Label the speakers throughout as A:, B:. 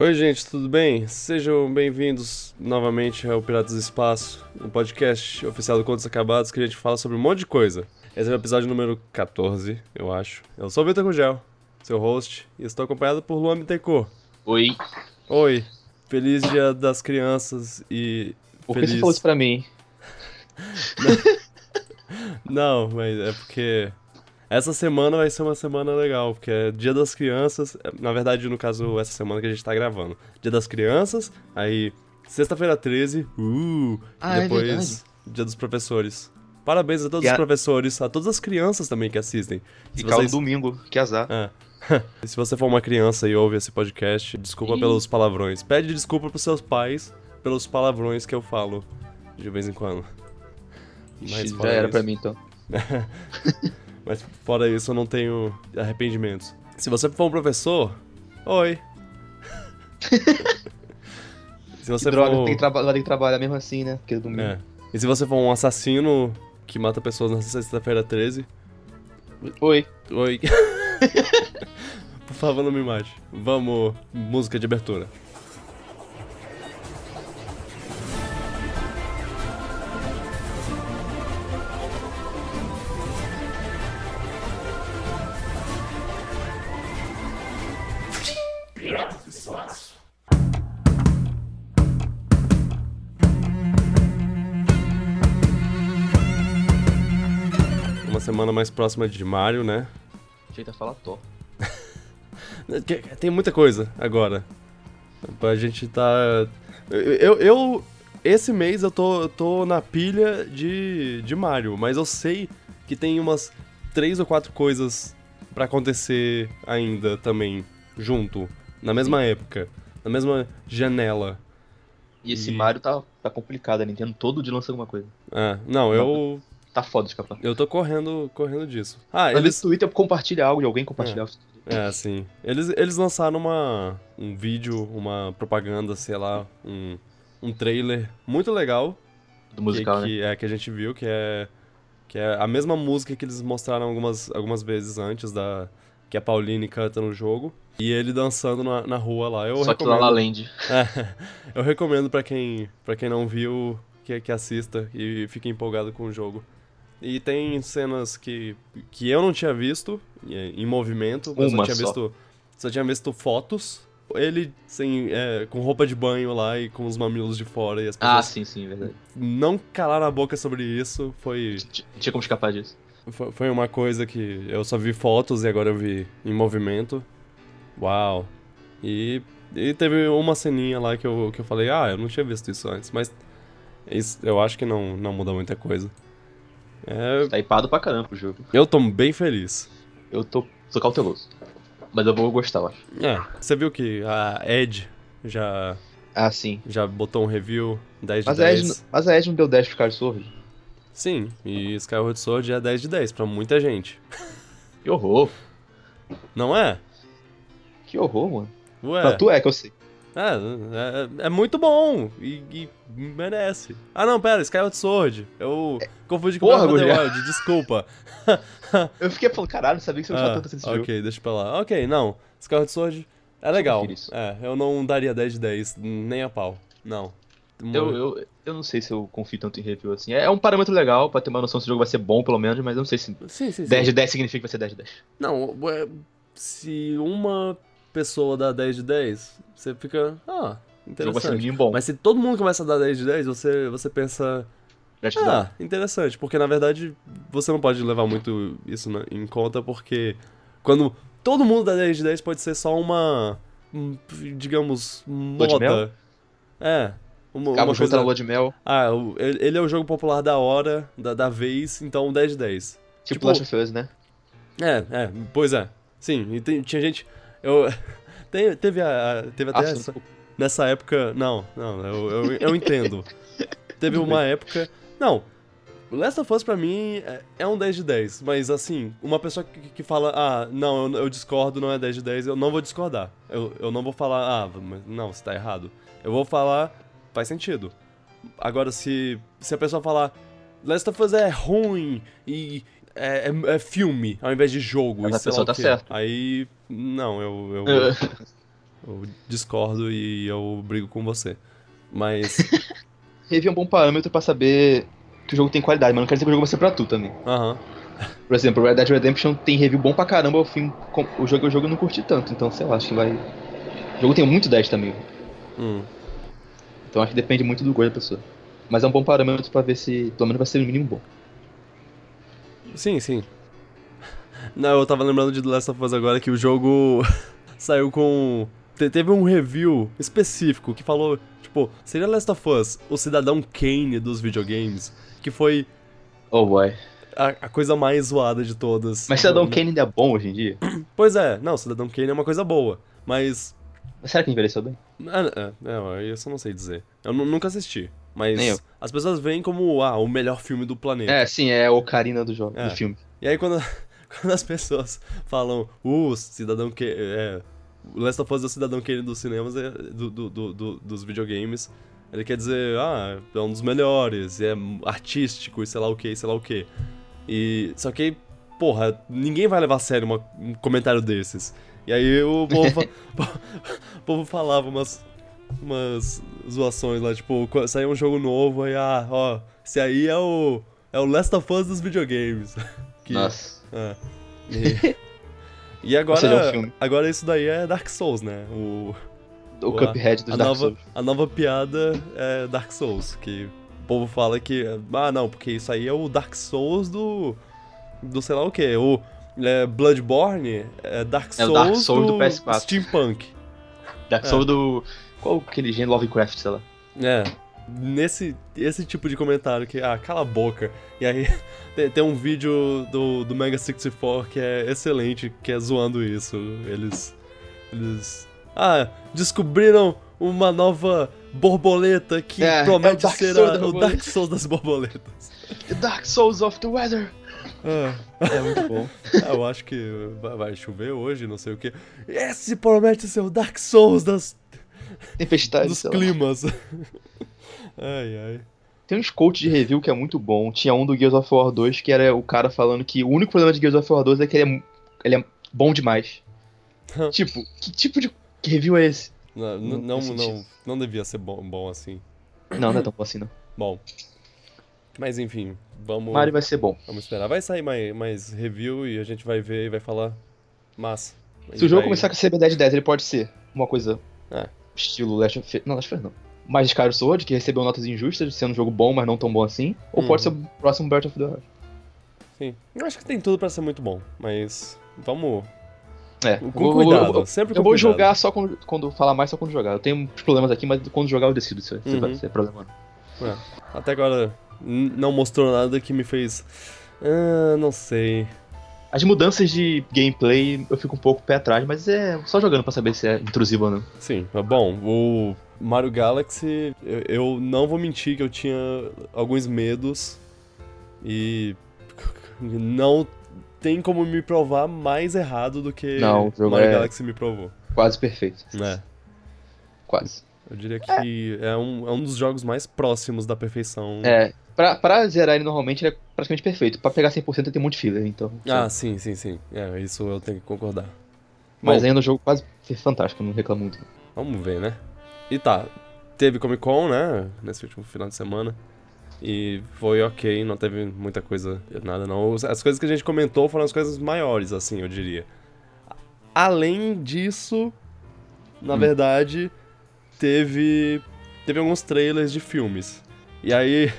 A: Oi, gente, tudo bem? Sejam bem-vindos novamente ao Piratas do Espaço, um podcast oficial do Contos Acabados que a gente fala sobre um monte de coisa. Esse é o episódio número 14, eu acho. Eu sou o Vitor Gugel, seu host, e estou acompanhado por Luan Bittencourt.
B: Oi.
A: Oi, feliz dia das crianças e
B: O que
A: feliz...
B: você falou isso pra mim?
A: Não, mas é porque essa semana vai ser uma semana legal, porque é Dia das Crianças, é, na verdade, no caso, essa semana que a gente tá gravando. Dia das Crianças, aí sexta-feira 13, uh,
B: Ah,
A: e
B: é
A: depois
B: verdade.
A: Dia dos Professores. Parabéns a todos
B: E
A: os
B: a-
A: professores, a todas as crianças também que assistem.
C: E
A: Se
C: caiu
A: vocês- Ah,
C: no domingo, que azar.
A: E Se você for uma criança e ouve esse podcast, desculpa
B: Ih.
A: pelos palavrões. Pede desculpa pros seus pais pelos palavrões que eu falo de vez em quando.
B: Ixi, já
A: fora
B: era
A: isso-
B: pra mim então.
A: Mas fora isso, eu não tenho arrependimentos. Se você for um professor, oi. se você
B: Que droga,
A: for... um,
B: tem que, traba- vai ter que trabalhar mesmo assim, né? Porque é domingo.
A: É. E se você for um assassino que mata pessoas na sexta-feira 13,
B: Oi.
A: oi. Por favor, não me mate. Vamos, música de abertura. Uma semana mais próxima de Mario, né?
B: Jeito a falar top.
A: Que- que- Tem muita coisa agora. A gente tá. Eu. eu esse mês eu tô, eu tô na pilha de, de Mario, mas eu sei que tem umas três ou quatro coisas pra acontecer ainda também, junto, na mesma época, na mesma janela.
B: E esse
A: E-
B: Mario tá, tá complicado, a Nintendo todo dia lança alguma coisa.
A: Ah, não, eu
B: Tá foda escapar.
A: eu tô correndo correndo disso. Ah,
B: Às vezes
A: eles
B: o Twitter compartilha algo de alguém compartilhar.
A: é sim. Eles eles lançaram uma um vídeo, uma propaganda, sei lá, um um trailer muito legal
B: Do
A: que,
B: musical, né?
A: que é que a gente viu, que é que é a mesma música que eles mostraram algumas, algumas vezes antes da que a Pauline canta no jogo e ele dançando na, na rua lá. Eu
B: Só que lá
A: recomendo.
B: La La Land.
A: É, eu recomendo pra quem para quem não viu que, que assista e fique empolgado com o jogo. E tem cenas que que eu não tinha visto é, em movimento, mas eu
B: Uma
A: tinha
B: só.
A: visto só tinha visto fotos. Ele sem, é, com roupa de banho lá e com os mamilos de fora e as pessoas
B: Ah, sim, sim, verdade.
A: não calaram a boca sobre isso foi,
B: Não tinha como escapar disso.
A: foi, foi uma coisa que eu só vi fotos e agora eu vi em movimento. Uau! E, e teve uma ceninha lá que eu, que eu falei, ah, eu não tinha visto isso antes, mas isso- eu acho que não, não muda muita coisa. É,
B: Tá hipado pra caramba o jogo.
A: eu tô bem feliz.
B: Eu tô, tô cauteloso. Mas eu vou gostar, eu acho.
A: É, você viu que a Ed já,
B: Ah, sim.
A: já botou um review 10 de
B: Mas a,
A: 10?
B: Ed, não- mas a Ed não deu 10 pro cara sorriso.
A: Sim, e Skyward Sword é 10 de 10 pra muita gente.
B: Que horror.
A: Não é?
B: Que horror, mano.
A: Ué.
B: Não, tu é que eu sei.
A: É, é, é muito bom e, e merece. Ah não, pera, Skyward Sword. Eu confundi com
B: Porra,
A: Breath of the
B: Gugel.
A: Wild, desculpa.
B: Eu fiquei falando, caralho, não sabia que você gostava
A: Ah,
B: tanto assim desse jogo.
A: ok, deixa pra lá. Ok, não, Skyward Sword é legal.
B: conferir isso.
A: É, eu não daria 10 de 10, nem a pau. Não.
B: Eu, eu, eu não sei se eu confio tanto em review assim. É um parâmetro legal pra ter uma noção se o jogo vai ser bom, pelo menos, mas eu não sei se
A: Sim, sim, sim.
B: 10 de 10 significa que vai ser 10 de 10.
A: Não, ué, se uma pessoa dá 10 de 10, você fica... Ah,
B: O jogo vai ser no
A: interessante.
B: mínimo bom.
A: Mas se todo mundo começa a dar 10 de 10, você, você pensa...
B: Gratidão.
A: Ah, interessante, porque na verdade você não pode levar muito isso na- em conta, porque quando todo mundo dá 10 de 10 pode ser só uma, hum, digamos,
B: de
A: moda.
B: mel?
A: É, uma,
B: Acaba
A: uma
B: o jogo
A: coisa...
B: tá na lua de mel,
A: Ah, o- ele ele é o jogo popular da hora, da, da vez, então 10 de 10.
B: tipo
A: Tipo-
B: Last of Us, né?
A: É, é, pois é. Sim, e tem- tinha gente. Eu. tem- teve, a, a- teve até
B: Ah,
A: essa- nessa época. Não, não, eu, eu, eu entendo. teve
B: Tudo
A: uma época. Não. Last of Us pra mim é- é um 10 de 10, mas assim, uma pessoa que, que fala, ah, não, eu, eu discordo, não é 10 de 10, eu não vou discordar. Eu, eu não vou falar, ah, mas não, você tá errado. Eu vou falar, faz sentido. Agora, se, se a pessoa falar, Last of Us é ruim e é, é- é filme ao invés de jogo,
B: Mas
A: e
B: a
A: sei lá
B: pessoa
A: o
B: tá
A: quê.
B: certa.
A: um Aí, não, eu. eu-
B: Eu-
A: Eu discordo e eu brigo com você. Mas.
B: Review é um bom parâmetro pra saber que o jogo tem qualidade, mas não quer dizer que o jogo vai ser pra tu também.
A: Aham.
B: Por exemplo, Red Dead Redemption tem review bom pra caramba, o, fim, com- o jogo o jogo eu não curti tanto, então sei lá, acho que vai. O jogo tem muito 10 também,
A: Hum.
B: então acho que depende muito do gosto da pessoa. Mas é um bom parâmetro pra ver se pelo menos vai ser no mínimo bom.
A: Sim, sim. Não, eu tava lembrando de The Last of Us agora que o jogo saiu com. te- Teve um review específico que falou, tipo, seria Last of Us o cidadão Kane dos videogames? Que foi
B: Oh boy.
A: a, a coisa mais zoada de todas.
B: Mas Cidadão
A: Né?
B: Kane ainda é bom hoje em dia?
A: Pois é, não, Cidadão Kane é uma coisa boa. Mas.
B: Mas será que envelheceu bem?
A: Ah, é, é, eu só não sei dizer. Eu nu- nunca assisti. Mas
B: Nem eu.
A: as pessoas veem como ah, o melhor filme do planeta.
B: É, sim, é a Ocarina do jogo,
A: É.
B: do filme.
A: E aí quando, quando as pessoas falam, uh, cidadão que. É, o Last of Us é o cidadão que dos cinemas, é, do, do- do- do- dos videogames. Ele quer dizer, ah, é um dos melhores, é artístico e sei lá o que, sei lá o que. E. Só que, porra, ninguém vai levar a sério uma- um comentário desses. E aí o povo, fa- o povo falava umas, umas zoações lá, tipo, qu- saiu um jogo novo, aí, ah, ó, esse aí é o. É o Last of Us dos videogames. Que-
B: Nossa.
A: é. E, e agora,
B: seja, é um filme.
A: agora isso daí é Dark Souls, né? O,
B: O
A: Boa.
B: Cuphead dos
A: a,
B: É Dark
A: nova,
B: Souls.
A: a nova piada é Dark Souls, que o povo fala que. Ah, não, porque isso aí é o Dark Souls do. do sei lá o quê. O é, Bloodborne é Dark
B: É o
A: Souls,
B: Dark Souls do PS4.
A: Steampunk.
B: Dark Souls do. Qual aquele gênero Lovecraft, sei lá?
A: É. Nesse esse tipo de comentário que, ah, cala a boca. E aí tem, tem um vídeo do, do Mega 64 que é excelente, que é zoando isso. Eles. Eles. Ah, descobriram uma nova borboleta que
B: É, é o
A: promete
B: Dark
A: ser
B: Souls
A: a-
B: da
A: o
B: borboleta.
A: Dark Souls das borboletas.
B: The Dark Souls of the Weather!
A: Ah,
B: É muito bom.
A: ah, eu acho que vai, vai chover hoje, não sei o que. Esse promete ser o Dark Souls das,
B: Tempestade,
A: dos
B: sei lá.
A: climas. ai, ai.
B: Tem uns coach de review que é muito bom. Tinha um do Gears of War 2 que era o cara falando que o único problema de Gears of War 2 é que ele é, mu- ele é bom demais. tipo, que tipo de review é esse?
A: Não, n-
B: Não
A: não,
B: faz
A: não,
B: sentido.
A: não devia ser bom, bom assim.
B: Não, não é tão bom assim não.
A: Bom. Mas enfim, vamos,
B: Mario vai ser bom.
A: vamos esperar. Vai sair mais, mais review e a gente vai ver e vai falar. Massa.
B: Se o jogo começar com CB10 10, ele pode ser uma coisa
A: É.
B: estilo Last of Us. Não, Last of Us não. Mais Skyward Sword, que recebeu notas injustas, sendo um jogo bom, mas não tão bom assim. Ou
A: Uhum.
B: pode ser o próximo Breath of the Wild.
A: Sim. Eu acho que tem tudo pra ser muito bom, mas vamos.
B: É,
A: Com
B: eu vou- eu vou-
A: cuidado,
B: eu vou-
A: sempre com
B: Eu vou
A: cuidado.
B: jogar só quando, quando falar mais, só quando jogar. Eu tenho uns problemas aqui, mas quando jogar eu decido se, se
A: Uhum.
B: vai ser problema ou não.
A: Até agora n- não mostrou nada que me fez. Ah, não sei.
B: As mudanças de gameplay eu fico um pouco pé atrás, mas é só jogando pra saber se é intrusivo ou não.
A: Sim, mas bom, o Mario Galaxy, eu, eu não vou mentir que eu tinha alguns medos e não tem como me provar mais errado do que
B: Não, o jogo
A: Mario
B: é-
A: Galaxy me provou.
B: Quase perfeito.
A: É,
B: Quase.
A: eu diria que é um, é um dos jogos mais próximos da perfeição.
B: É, pra, pra zerar ele normalmente ele é praticamente perfeito. Pra pegar 100% tem muito filler, então.
A: Ah, sim, sim, sim. É, isso eu tenho que concordar.
B: mas
A: bom.
B: ainda o jogo quase foi fantástico, eu não reclamo muito.
A: Vamos ver, né? E tá, teve Comic Con, né? Nesse último final de semana. E foi ok, não teve muita coisa, nada não. Os- As coisas que a gente comentou foram as coisas maiores, assim, eu diria. A- Além disso, na
B: Hum.
A: verdade, teve teve alguns trailers de filmes. E aí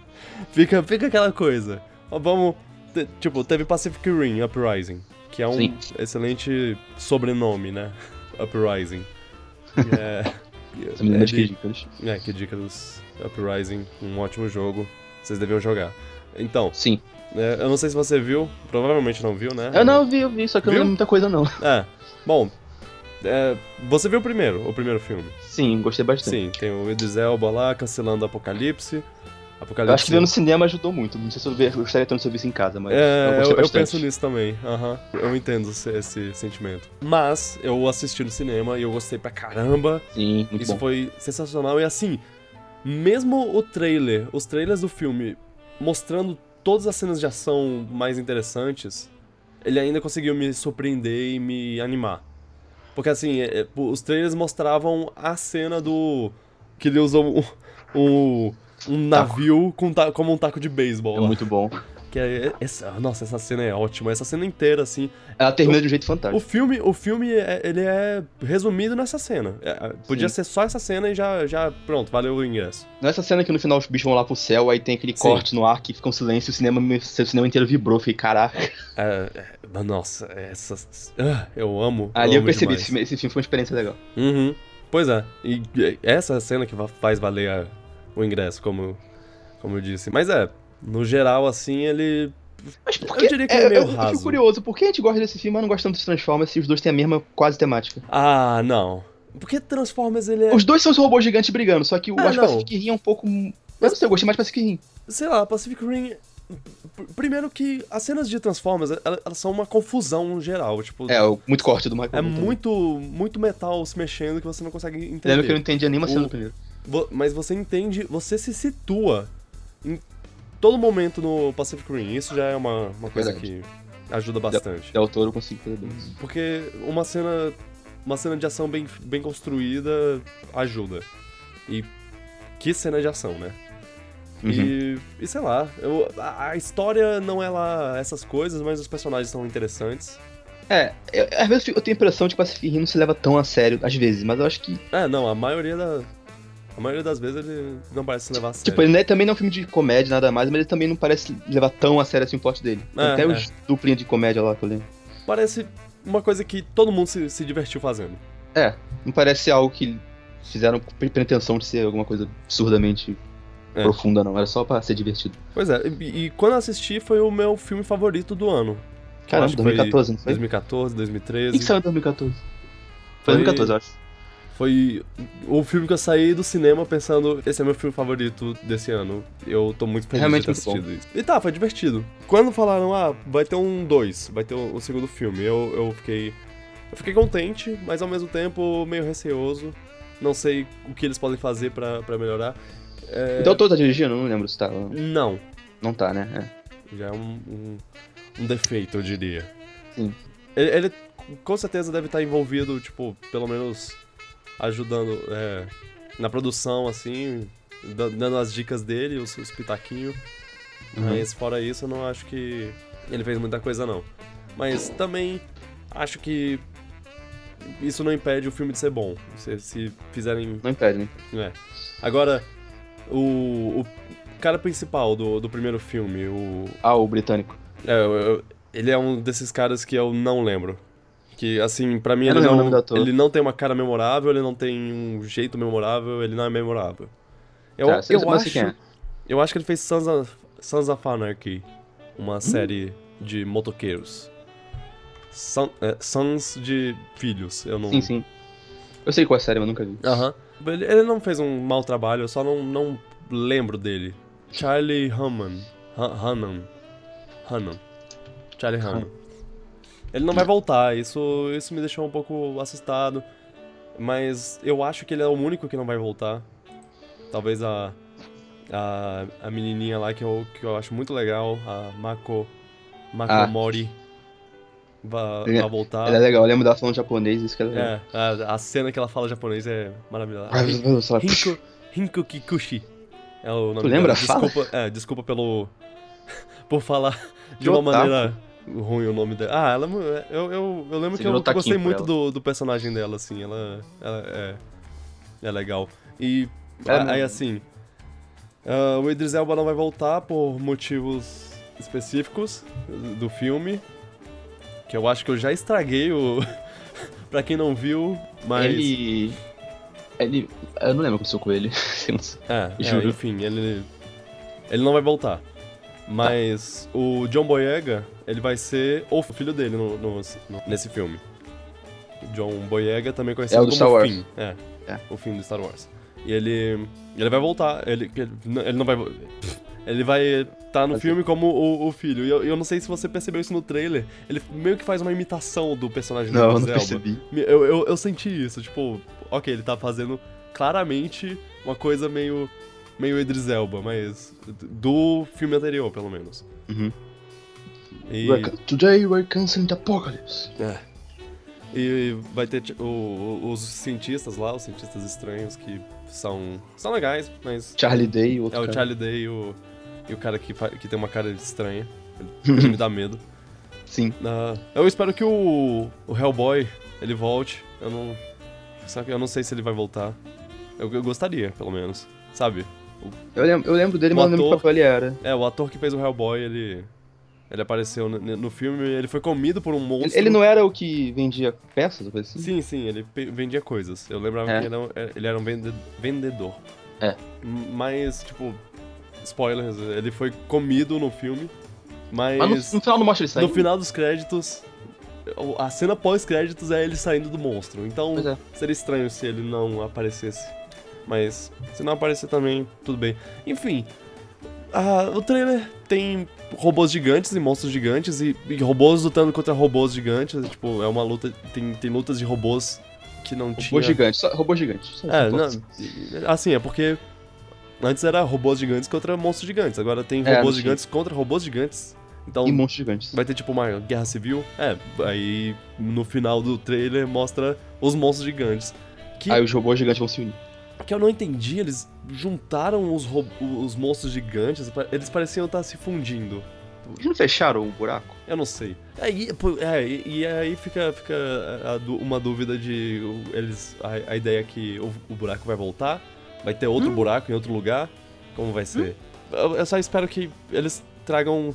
A: fica, fica aquela coisa. Ó, Vamos, te- tipo, teve Pacific Rim Uprising, que é um
B: Sim.
A: excelente sobrenome, né? Uprising. É,
B: Essa menina
A: é,
B: de
A: de-
B: ridículas.
A: é, que dica dos Uprising, um ótimo jogo, vocês deviam jogar. Então,
B: Sim.
A: é, eu não sei se você viu, provavelmente não viu, né?
B: Eu não eu vi, eu vi, só que eu
A: Viu?
B: não lembro muita coisa não.
A: É, bom, é, você viu o primeiro, o primeiro filme?
B: Sim, gostei bastante.
A: Sim, tem o Idris Elba lá cancelando o Apocalipse. Apocalipse.
B: Eu acho que ver no cinema ajudou muito. Não sei se eu ver- eu gostaria tanto se eu visse em casa, mas
A: É,
B: eu
A: eu,
B: gostei
A: eu
B: bastante.
A: penso nisso também. aham. Eu entendo esse, esse sentimento. Mas eu assisti no cinema e eu gostei pra caramba.
B: Sim, muito
A: Isso
B: bom.
A: foi sensacional. E assim, mesmo o trailer, os trailers do filme mostrando todas as cenas de ação mais interessantes, ele ainda conseguiu me surpreender e me animar. Porque assim, é- é, os trailers mostravam a cena do. Que ele usou um, um, um
B: Taco.
A: navio com ta- como um taco de beisebol.
B: É
A: lá.
B: muito bom.
A: Que é- essa, nossa, essa cena é ótima. Essa cena inteira, assim.
B: Ela termina de um jeito fantástico.
A: O filme, o filme é- ele é resumido nessa cena. É, é, podia ser só essa cena e já, já pronto, valeu o ingresso.
B: Não é essa cena que no final os bichos vão lá pro céu, aí tem aquele
A: Sim.
B: corte no ar que fica um silêncio, o cinema, o cinema inteiro vibrou, fiquei, caraca.
A: É, é, nossa, essa. ah, eu amo.
B: Ali eu
A: amo
B: percebi,
A: demais.
B: esse filme, esse filme foi uma experiência legal.
A: Uhum. Pois é. E e essa cena que va- faz valer a- o ingresso, como, como eu disse. Mas é, no geral, assim, ele.
B: Mas por que...
A: Eu diria que ele é meio raso.
B: fico curioso, por que a gente gosta desse filme, mas não gostamos dos Transformers se os dois têm a mesma quase temática?
A: Ah, não. Porque Transformers ele é.
B: Os dois são os robôs gigantes brigando, só que o
A: Ah,
B: acho
A: não.
B: que Pacific Rim é um pouco... Eu não sei, eu gostei mais do Pacific Rim.
A: Sei lá, Pacific Rim. pr- Primeiro que as cenas de Transformers, ela- elas, são uma confusão geral. Tipo,
B: É, o- muito corte do Michael.
A: é
B: Bolton.
A: muito, muito metal se mexendo que você não consegue entender.
B: Lembro que eu não entendia nenhuma cena
A: O-
B: do primeiro.
A: Vo- Mas você entende, você se situa em todo momento no Pacific Rim. Isso já é uma, uma coisa
B: Verdade.
A: que ajuda bastante.
B: Da autor eu consigo fazer bem.
A: Porque uma cena, uma cena de ação bem, bem construída ajuda. E que cena de ação, né?
B: Uhum.
A: E, e sei lá, eu- a, a história não é lá essas coisas, mas os personagens são interessantes.
B: É, eu- às vezes eu tenho a impressão de que Pacific Rim não se leva tão a sério, às vezes, mas eu acho que
A: É, não, a maioria da. A maioria das vezes ele não parece se levar a sério.
B: Tipo, ele não é- também não é um filme de comédia, nada mais, mas ele também não parece levar tão a sério assim o plot dele. Tem
A: É,
B: Até
A: é.
B: os duplinhos de comédia lá que eu lembro.
A: Parece uma coisa que todo mundo se, se divertiu fazendo.
B: É, não parece algo que fizeram com pre- pretensão de ser alguma coisa absurdamente
A: É.
B: profunda, não. Era só pra ser divertido.
A: Pois é, e, e quando eu assisti foi o meu filme favorito do ano.
B: Caramba,
A: acho que
B: 2014, não foi?
A: 2014,
B: O que,
A: 2013.
B: que saiu em 2014?
A: Foi-
B: Foi 2014, eu acho.
A: Foi o filme que eu saí do cinema pensando, esse é meu filme favorito desse ano. Eu tô muito feliz de
B: Realmente
A: ter
B: muito bom.
A: assistido isso. E tá, foi divertido. Quando falaram, ah, vai ter um 2, vai ter o, o segundo filme, eu, eu fiquei. Eu fiquei contente, mas ao mesmo tempo meio receoso. Não sei o que eles podem fazer pra, pra melhorar. É,
B: Então o Toro tá dirigindo? Não lembro se tá.
A: Não.
B: Não tá, né?
A: Já é um, um, um defeito, eu diria.
B: Sim.
A: Ele, ele com certeza deve estar envolvido, tipo, pelo menos ajudando é, na produção, assim, da- dando as dicas dele, os, os pitaquinhos.
B: Uhum.
A: Mas fora isso, eu não acho que ele fez muita coisa, não. Mas também acho que isso não impede o filme de ser bom. Se, se fizerem.
B: É. Não impede, né?
A: É. Agora, o, o cara principal do, do primeiro filme, o,
B: Ah, o britânico.
A: é, eu- eu- ele é um desses caras que eu não lembro. Que, assim, pra mim
B: Eu
A: ele
B: não lembro o
A: não,
B: nome do ator.
A: ele não tem uma cara memorável, ele não tem um jeito memorável, ele não é memorável. Eu,
B: Tá, você-
A: eu,
B: mas
A: acho,
B: você quem é?
A: eu acho que ele fez Sons of, Sons of Anarchy,
B: Hum.
A: uma série de motoqueiros. Son, é, sons de filhos, eu não...
B: Sim, sim. Eu sei qual é a série, mas nunca vi.
A: Aham. Ele, ele não fez um mau trabalho, eu só não, não lembro dele. Charlie Hunnam. Hunnam. Hunnam. Charlie Hunnam. Ele não vai voltar, isso, isso me deixou um pouco assustado. Mas eu acho que ele é o único que não vai voltar. Talvez a. A, a menininha lá que eu, que eu acho muito legal, a Mako. Mako
B: Ah.
A: Mori. Vá,
B: Ele-
A: vá voltar.
B: Ela é legal, eu lembro dela falando japonês, isso que ela
A: É, a, a cena que ela fala japonês é maravilhosa.
B: Ah, eu- eu- eu-
A: Hinko, Hinko Kikushi é o nome
B: Tu
A: dela.
B: lembra a fala?
A: Desculpa, é, desculpa pelo. por falar de
B: Que
A: uma
B: otaku.
A: maneira ruim o nome dela. Ah, ela. é mu- Eu, eu, eu lembro
B: Você
A: que eu
B: virou taquinho
A: gostei
B: por
A: muito
B: ela.
A: do, do personagem dela, assim. Ela, ela é. É legal. E.
B: É,
A: a-
B: né?
A: aí, assim. ah, o Idris Elba não vai voltar por motivos específicos do filme. Que eu acho que eu já estraguei o. pra quem não viu, mas.
B: Ele. Ele. Eu não lembro o que aconteceu com ele. Eu não sei.
A: É, é,
B: Juro.
A: enfim, ele. Ele não vai voltar. Mas o John Boyega, ele vai ser o filho dele no, no- no- nesse filme. O John Boyega também conhecido
B: É o do
A: como
B: Star Wars.
A: Finn. É,
B: É.
A: O fim do Star Wars. E ele. Ele vai voltar. Ele, ele, não- ele não vai. vo- Ele vai estar no
B: Mas-
A: filme como o, o filho. E eu, eu não sei se você percebeu isso no trailer. Ele meio que faz uma imitação do personagem do
B: Não, eu não
A: Idris Elba.
B: percebi.
A: Me- Eu, eu, eu senti isso, tipo, ok, ele tá fazendo claramente uma coisa meio, meio Idris Elba, mas do filme anterior, pelo menos.
B: Uhum.
A: E,
B: Today we're canceling the apocalypse.
A: E vai ter o- o- os cientistas lá, os cientistas estranhos que são, são legais, mas
B: Charlie Day e outro
A: é o
B: cara.
A: Charlie Day e o, e o cara que, fa- que tem uma cara estranha. Ele me dá medo.
B: Sim.
A: Ah, eu espero que o, o Hellboy ele volte. Eu não. Sabe, eu não sei se ele vai voltar. Eu, eu gostaria, pelo menos. Sabe?
B: Eu lembro, eu lembro dele,
A: O
B: mas eu não lembro que
A: ator-
B: papel ele era.
A: É, o ator que fez o Hellboy, ele. Ele apareceu no, no filme, ele foi comido por um
B: Ele,
A: monstro.
B: ele não é- era o que vendia peças, ou coisa assim?
A: Sim, sim, ele pe- vendia coisas. Eu lembrava
B: É.
A: que ele era, um- ele era um vende- vendedor.
B: É.
A: M- Mas, tipo, spoilers, ele foi comido no filme, mas,
B: Mas no, no final não mostra ele
A: no
B: saindo.
A: final dos créditos, o- a cena pós-créditos é ele saindo do monstro. Então,
B: Pois é.
A: seria estranho se ele não aparecesse. Mas, se não aparecer também, tudo bem. Enfim, ah, o trailer tem robôs gigantes e monstros gigantes e, e robôs lutando contra robôs gigantes. Tipo, é uma luta. Tem, tem lutas de robôs que não
B: Robô
A: tinha.
B: gigante, só, robô gigante. Só-
A: É,
B: só-
A: não, assim, é porque. Antes era robôs gigantes contra monstros gigantes. Agora tem robôs
B: É, não tinha.
A: gigantes contra robôs gigantes. Então
B: E monstros gigantes.
A: vai ter tipo uma guerra civil. É, aí no final do trailer mostra os monstros gigantes. Que
B: Aí os robôs gigantes vão se unir.
A: que eu não entendi, eles juntaram os, ro- os monstros gigantes, pa- eles pareciam estar se fundindo.
B: Eles não fecharam o buraco?
A: Eu não sei. Aí, pô, é, e, e aí fica, fica a- a du- uma dúvida de o- eles. A, a ideia é que o, o buraco vai voltar, vai ter
B: Hum?
A: outro buraco em outro lugar. Como vai ser? Eu, eu só espero que eles tragam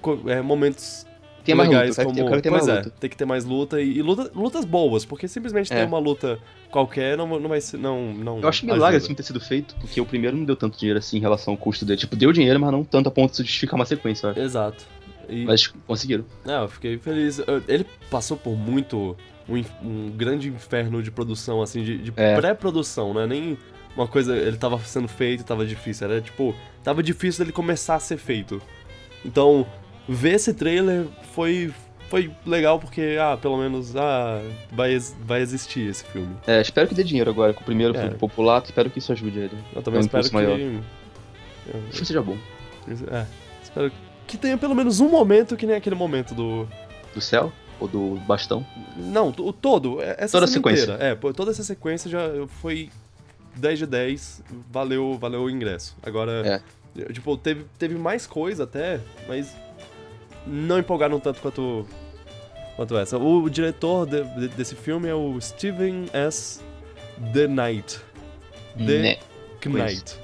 A: co- é, momentos
B: Tem mais
A: legais
B: luta,
A: como...
B: eu quero ter
A: pois
B: mais
A: é,
B: luta.
A: tem que ter mais luta e, e luta- lutas boas, porque simplesmente
B: É.
A: ter uma luta qualquer não, não vai ser. Não, não
B: Eu acho um
A: ajuda.
B: milagre esse filme ter sido feito, porque o primeiro não deu tanto dinheiro assim em relação ao custo dele. Tipo, deu dinheiro, mas não tanto a ponto de justificar uma sequência, eu acho.
A: Exato. E-
B: Mas conseguiram.
A: É, eu fiquei feliz. Eu- Ele passou por muito. Um, in- um grande inferno de produção, assim, de, de
B: É.
A: pré-produção, né? Nem uma coisa. Ele tava sendo feito, tava difícil. Era tipo. Tava difícil ele começar a ser feito. Então, ver esse trailer foi. Foi legal porque, ah, pelo menos, ah, vai, ex- vai existir esse filme.
B: É, espero que dê dinheiro agora, com o primeiro
A: É.
B: filme popular, espero que isso ajude ele.
A: Eu também
B: É um
A: espero
B: impulso
A: que.
B: maior. Acho
A: Eu-
B: que seja bom.
A: é, espero que tenha pelo menos um momento que nem aquele momento do,
B: Do céu? Ou do bastão?
A: Não, o todo. é- Essa
B: Toda
A: cena
B: a sequência.
A: Inteira. É, pô, toda essa sequência já foi 10 de 10, valeu, valeu o ingresso. Agora,
B: É.
A: eu, tipo, teve, teve mais coisa até, mas não empolgaram tanto quanto, quanto essa. O diretor de- de- desse filme é o Steven S. The Knight. The
B: Né.
A: Knight.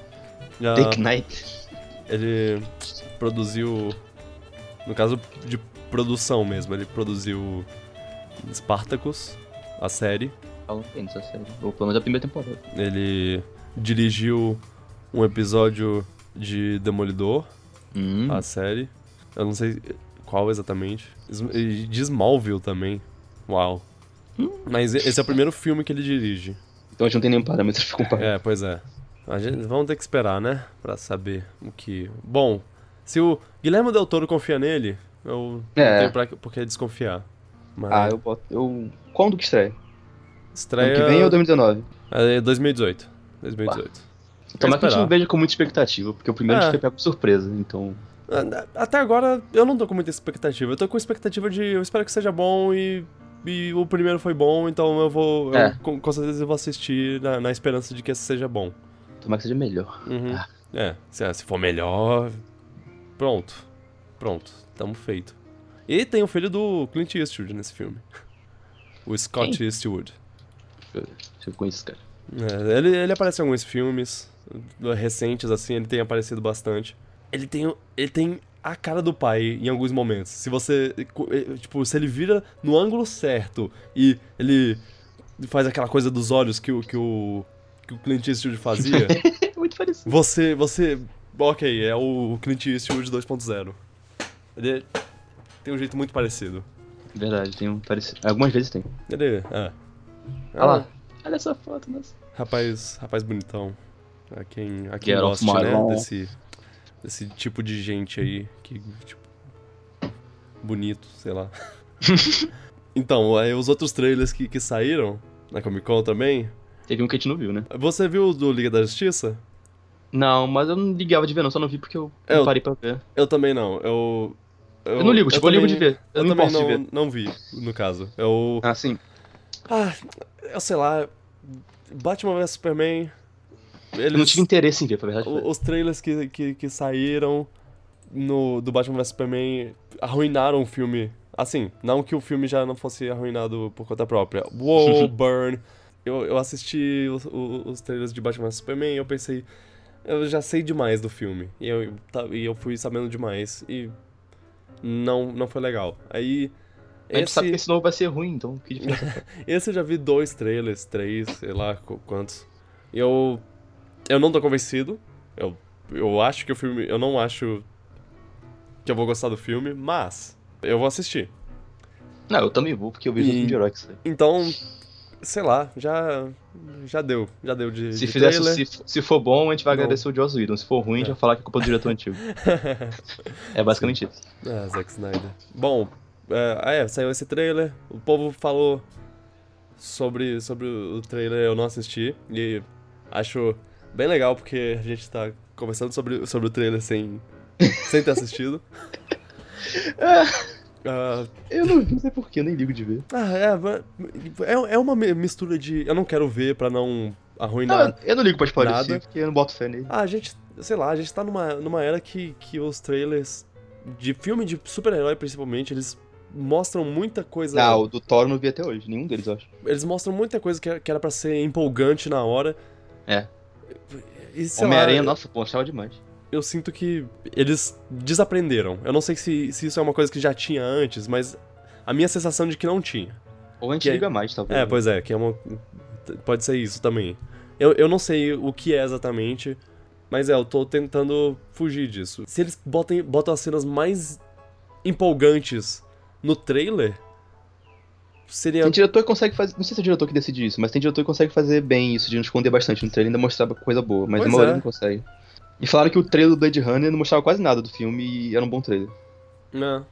A: Já-
B: The Knight.
A: ele produziu. No caso de produção mesmo, ele produziu Spartacus, a série.
B: Falam bem dessa série. Ou pelo menos a primeira temporada.
A: Ele dirigiu um episódio de Demolidor,
B: Hum.
A: a série. Eu não sei qual exatamente. Sm- E de Smallville também. Uau. Mas esse é o primeiro filme que ele dirige.
B: Então a gente não tem nenhum parâmetro pra comparar.
A: É, pois é. A gente, vamos ter que esperar, né? Pra saber o que. Bom, se o Guilherme Del Toro confia nele, eu não
B: É.
A: tenho pra, por que desconfiar. Mas
B: Ah, eu boto. Eu... Quando que estreia?
A: estreia.
B: Ano que vem ou 2019?
A: é 2018. 2018.
B: Tomara que a gente
A: esperar.
B: não veja com muita expectativa, porque o primeiro a
A: É.
B: gente foi pego de surpresa, então.
A: A- Ah, Até agora eu não tô com muita expectativa. Eu tô com expectativa de. Eu espero que seja bom e. E o primeiro foi bom, então eu vou. eu
B: É.
A: com, com certeza eu vou assistir na, na esperança de que esse seja bom.
B: Tomara que seja melhor.
A: Uhum.
B: Ah.
A: É, se, se for melhor. Pronto. Pronto. Tamo feito. E tem o filho do Clint Eastwood nesse filme. O Scott Eastwood.
B: Se eu conheço esse cara.
A: É, ele, ele aparece em alguns filmes uh, recentes, assim, ele tem aparecido bastante. Ele tem, o- ele tem a cara do pai em alguns momentos. Se você. co- eh, Tipo, se ele vira no ângulo certo e ele faz aquela coisa dos olhos que o, que o, que o Clint Eastwood fazia,
B: É muito parecido.
A: você, você. Ok, é o Clint Eastwood 2.0. Ele tem um jeito muito parecido.
B: Verdade, tem um parecido. Algumas vezes tem.
A: Ele. É.
B: Olha lá. Olha essa foto, nossa.
A: Rapaz, rapaz bonitão. A quem, a quem
B: Get off
A: gosta,
B: my
A: né?
B: lawn.
A: Desse, desse tipo de gente aí. Que, tipo, bonito, sei lá. então, aí os outros trailers que, que saíram na Comic Con também.
B: Teve um que a gente não viu, né?
A: Você viu o do Liga da Justiça?
B: Não, mas eu não ligava de ver, não. Só não vi porque eu
A: É,
B: não
A: eu-
B: parei pra ver.
A: Eu também não. Eu,
B: Eu, não ligo, tipo, eu, ligo de ver. Eu, não
A: também
B: posso
A: não,
B: de ver.
A: não vi, no caso. Eu.
B: Ah, sim.
A: Ah, eu sei lá. Batman vs Superman.
B: Eu não
A: Eles,
B: tive interesse em ver, pra verdade.
A: o- os trailers que, que, que saíram no, do Batman vs Superman arruinaram o filme. Assim, não que o filme já não fosse arruinado por conta própria. Wow, burn. Eu, eu assisti os, o- os trailers de Batman vs Superman e eu pensei. Eu já sei demais do filme. E eu, tá- e eu fui sabendo demais. E. Não, não foi legal. Aí.
B: A gente sabe que esse novo vai ser ruim, então que diferença.
A: Esse eu já vi dois trailers, três, sei lá qu- quantos. E eu. Eu não tô convencido. Eu, eu acho que o filme. Eu não acho que eu vou gostar do filme, mas eu vou assistir.
B: não, eu também vou, porque eu vejo né?
A: E-
B: o filme de herói que sai.
A: Então, sei lá, já. Já deu. Já deu de. de
B: Se, fizesse,
A: trailer.
B: se, f- se for bom, a gente vai
A: Não.
B: agradecer o Joss Whedon. Se for ruim, a gente vai falar que é culpa do diretor antigo. É basicamente isso.
A: Ah, Zack Snyder. Bom, é, ah, é, saiu esse trailer, o povo falou sobre, sobre o trailer, eu não assisti, e acho bem legal porque a gente tá conversando sobre, sobre o trailer sem, sem ter assistido. Ah,
B: Eu não, não sei porquê, eu nem ligo de ver.
A: ah, é, va- é, é uma mi- mistura de eu não quero ver pra não arruinar.
B: Não, eu não ligo pra spoiler
A: Nada.
B: de si, porque eu não boto fé nele.
A: Ah, a gente, sei lá, a gente tá numa, numa era que, que os trailers de filme de super-herói principalmente, eles mostram muita coisa
B: Não, Ah, o do Thor eu não vi até hoje, nenhum deles, eu acho.
A: Eles mostram muita coisa que que era pra ser empolgante na hora.
B: É.
A: E, sei lá,
B: Homem-Aranha, nossa, pô, achava demais.
A: eu sinto que eles desaprenderam. Eu não sei se, se isso é uma coisa que já tinha antes, mas a minha sensação de que não tinha.
B: Ou a gente
A: Que é-
B: liga mais, talvez.
A: É, pois é, que é uma. Pode ser isso também. Eu, eu não sei o que é exatamente, mas é, eu tô tentando fugir disso. Se eles botem, botam as cenas mais empolgantes no trailer, seria.
B: Tem diretor que consegue fazer. Não sei se é o diretor que decide isso, mas tem diretor que consegue fazer bem isso, de não esconder bastante no trailer e ainda mostrar coisa boa, mas
A: Pois
B: a maioria
A: é.
B: não consegue. E falaram que o trailer do Blade Runner não mostrava quase nada do filme e era um bom trailer.
A: Né?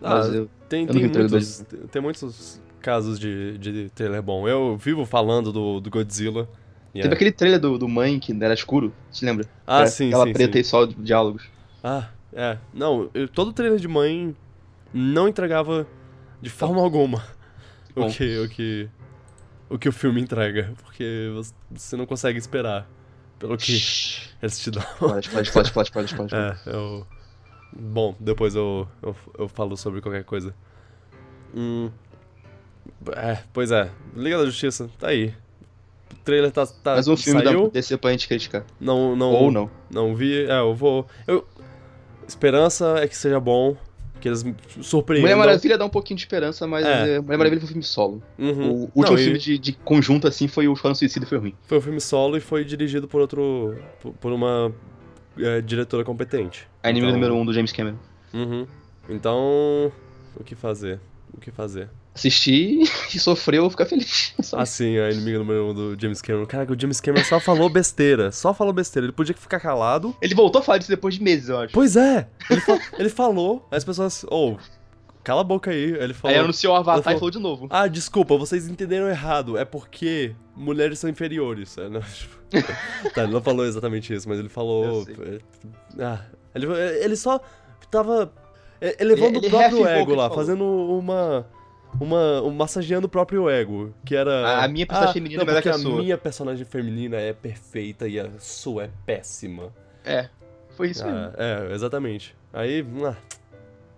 B: mas eu,
A: Tem,
B: Eu não
A: tem,
B: vi o trailer
A: muitos, tem muitos casos de, de trailer bom. Eu vivo falando do, do Godzilla. e
B: Teve
A: é-
B: aquele trailer do, do Mãe que era escuro, te lembra?
A: Ah,
B: Era
A: sim,
B: Aquela
A: sim,
B: preta
A: sim.
B: e só de diálogos.
A: Ah, é. Não, eu- todo trailer de mãe não entregava de forma alguma o
B: Bom.
A: que, o que o que o filme entrega, porque você- você não consegue esperar pelo que eles te dão.
B: Spoiler, spoiler, spoiler, spoiler, spoiler, spoiler.
A: É, eu. Bom, depois eu, eu, eu falo sobre qualquer coisa. Hum. É, pois é. Liga da Justiça, tá aí. O trailer tá. tá
B: Mas um filme
A: saiu,
B: da DC pra gente criticar.
A: não, não,
B: Ou não.
A: não vi. É, eu vou. Eu... Esperança é que seja bom. Que eles me surpreendam.
B: Mulher Maravilha dá um pouquinho de esperança, mas
A: É.
B: é, Mulher Maravilha foi um filme solo.
A: Uhum.
B: O último
A: Não, e
B: filme de, de conjunto, assim, foi o Falando Suicida e foi ruim.
A: Foi um filme solo e foi dirigido por outro. por- por uma é, diretora competente.
B: A inimiga
A: Então-
B: número 1 um do James Cameron.
A: Uhum. Então. O que fazer? O que fazer?
B: Assistir e sofreu ou ficar feliz. Só isso.
A: Assim, a inimiga número um do James Cameron. Caraca, o James Cameron só falou besteira. Só falou besteira. Ele podia ficar calado.
B: Ele voltou a falar disso depois de meses, eu acho.
A: Pois é! Ele, fa- ele falou, aí as pessoas. Ô, cala a boca aí. Ele
B: Aí
A: falou.
B: anunciou o Avatar
A: Ela falou-
B: e falou de novo.
A: Ah, desculpa, vocês entenderam errado. É porque mulheres são inferiores. É, não, tipo, tá, ele não falou exatamente isso, mas ele
B: Eu
A: falou.
B: sei.
A: Ah, ele, ele só tava é, elevando
B: Ele-
A: o
B: ele
A: próprio
B: reafirmou o que
A: ego
B: ele
A: lá,
B: falou.
A: fazendo uma. Uma, um- massageando o próprio ego, que era... ah,
B: A- a minha personagem feminina é melhor
A: porque
B: que a sua.
A: minha personagem feminina é perfeita e a sua é péssima.
B: É. Foi isso mesmo.
A: Ah, é, exatamente. Aí, ah,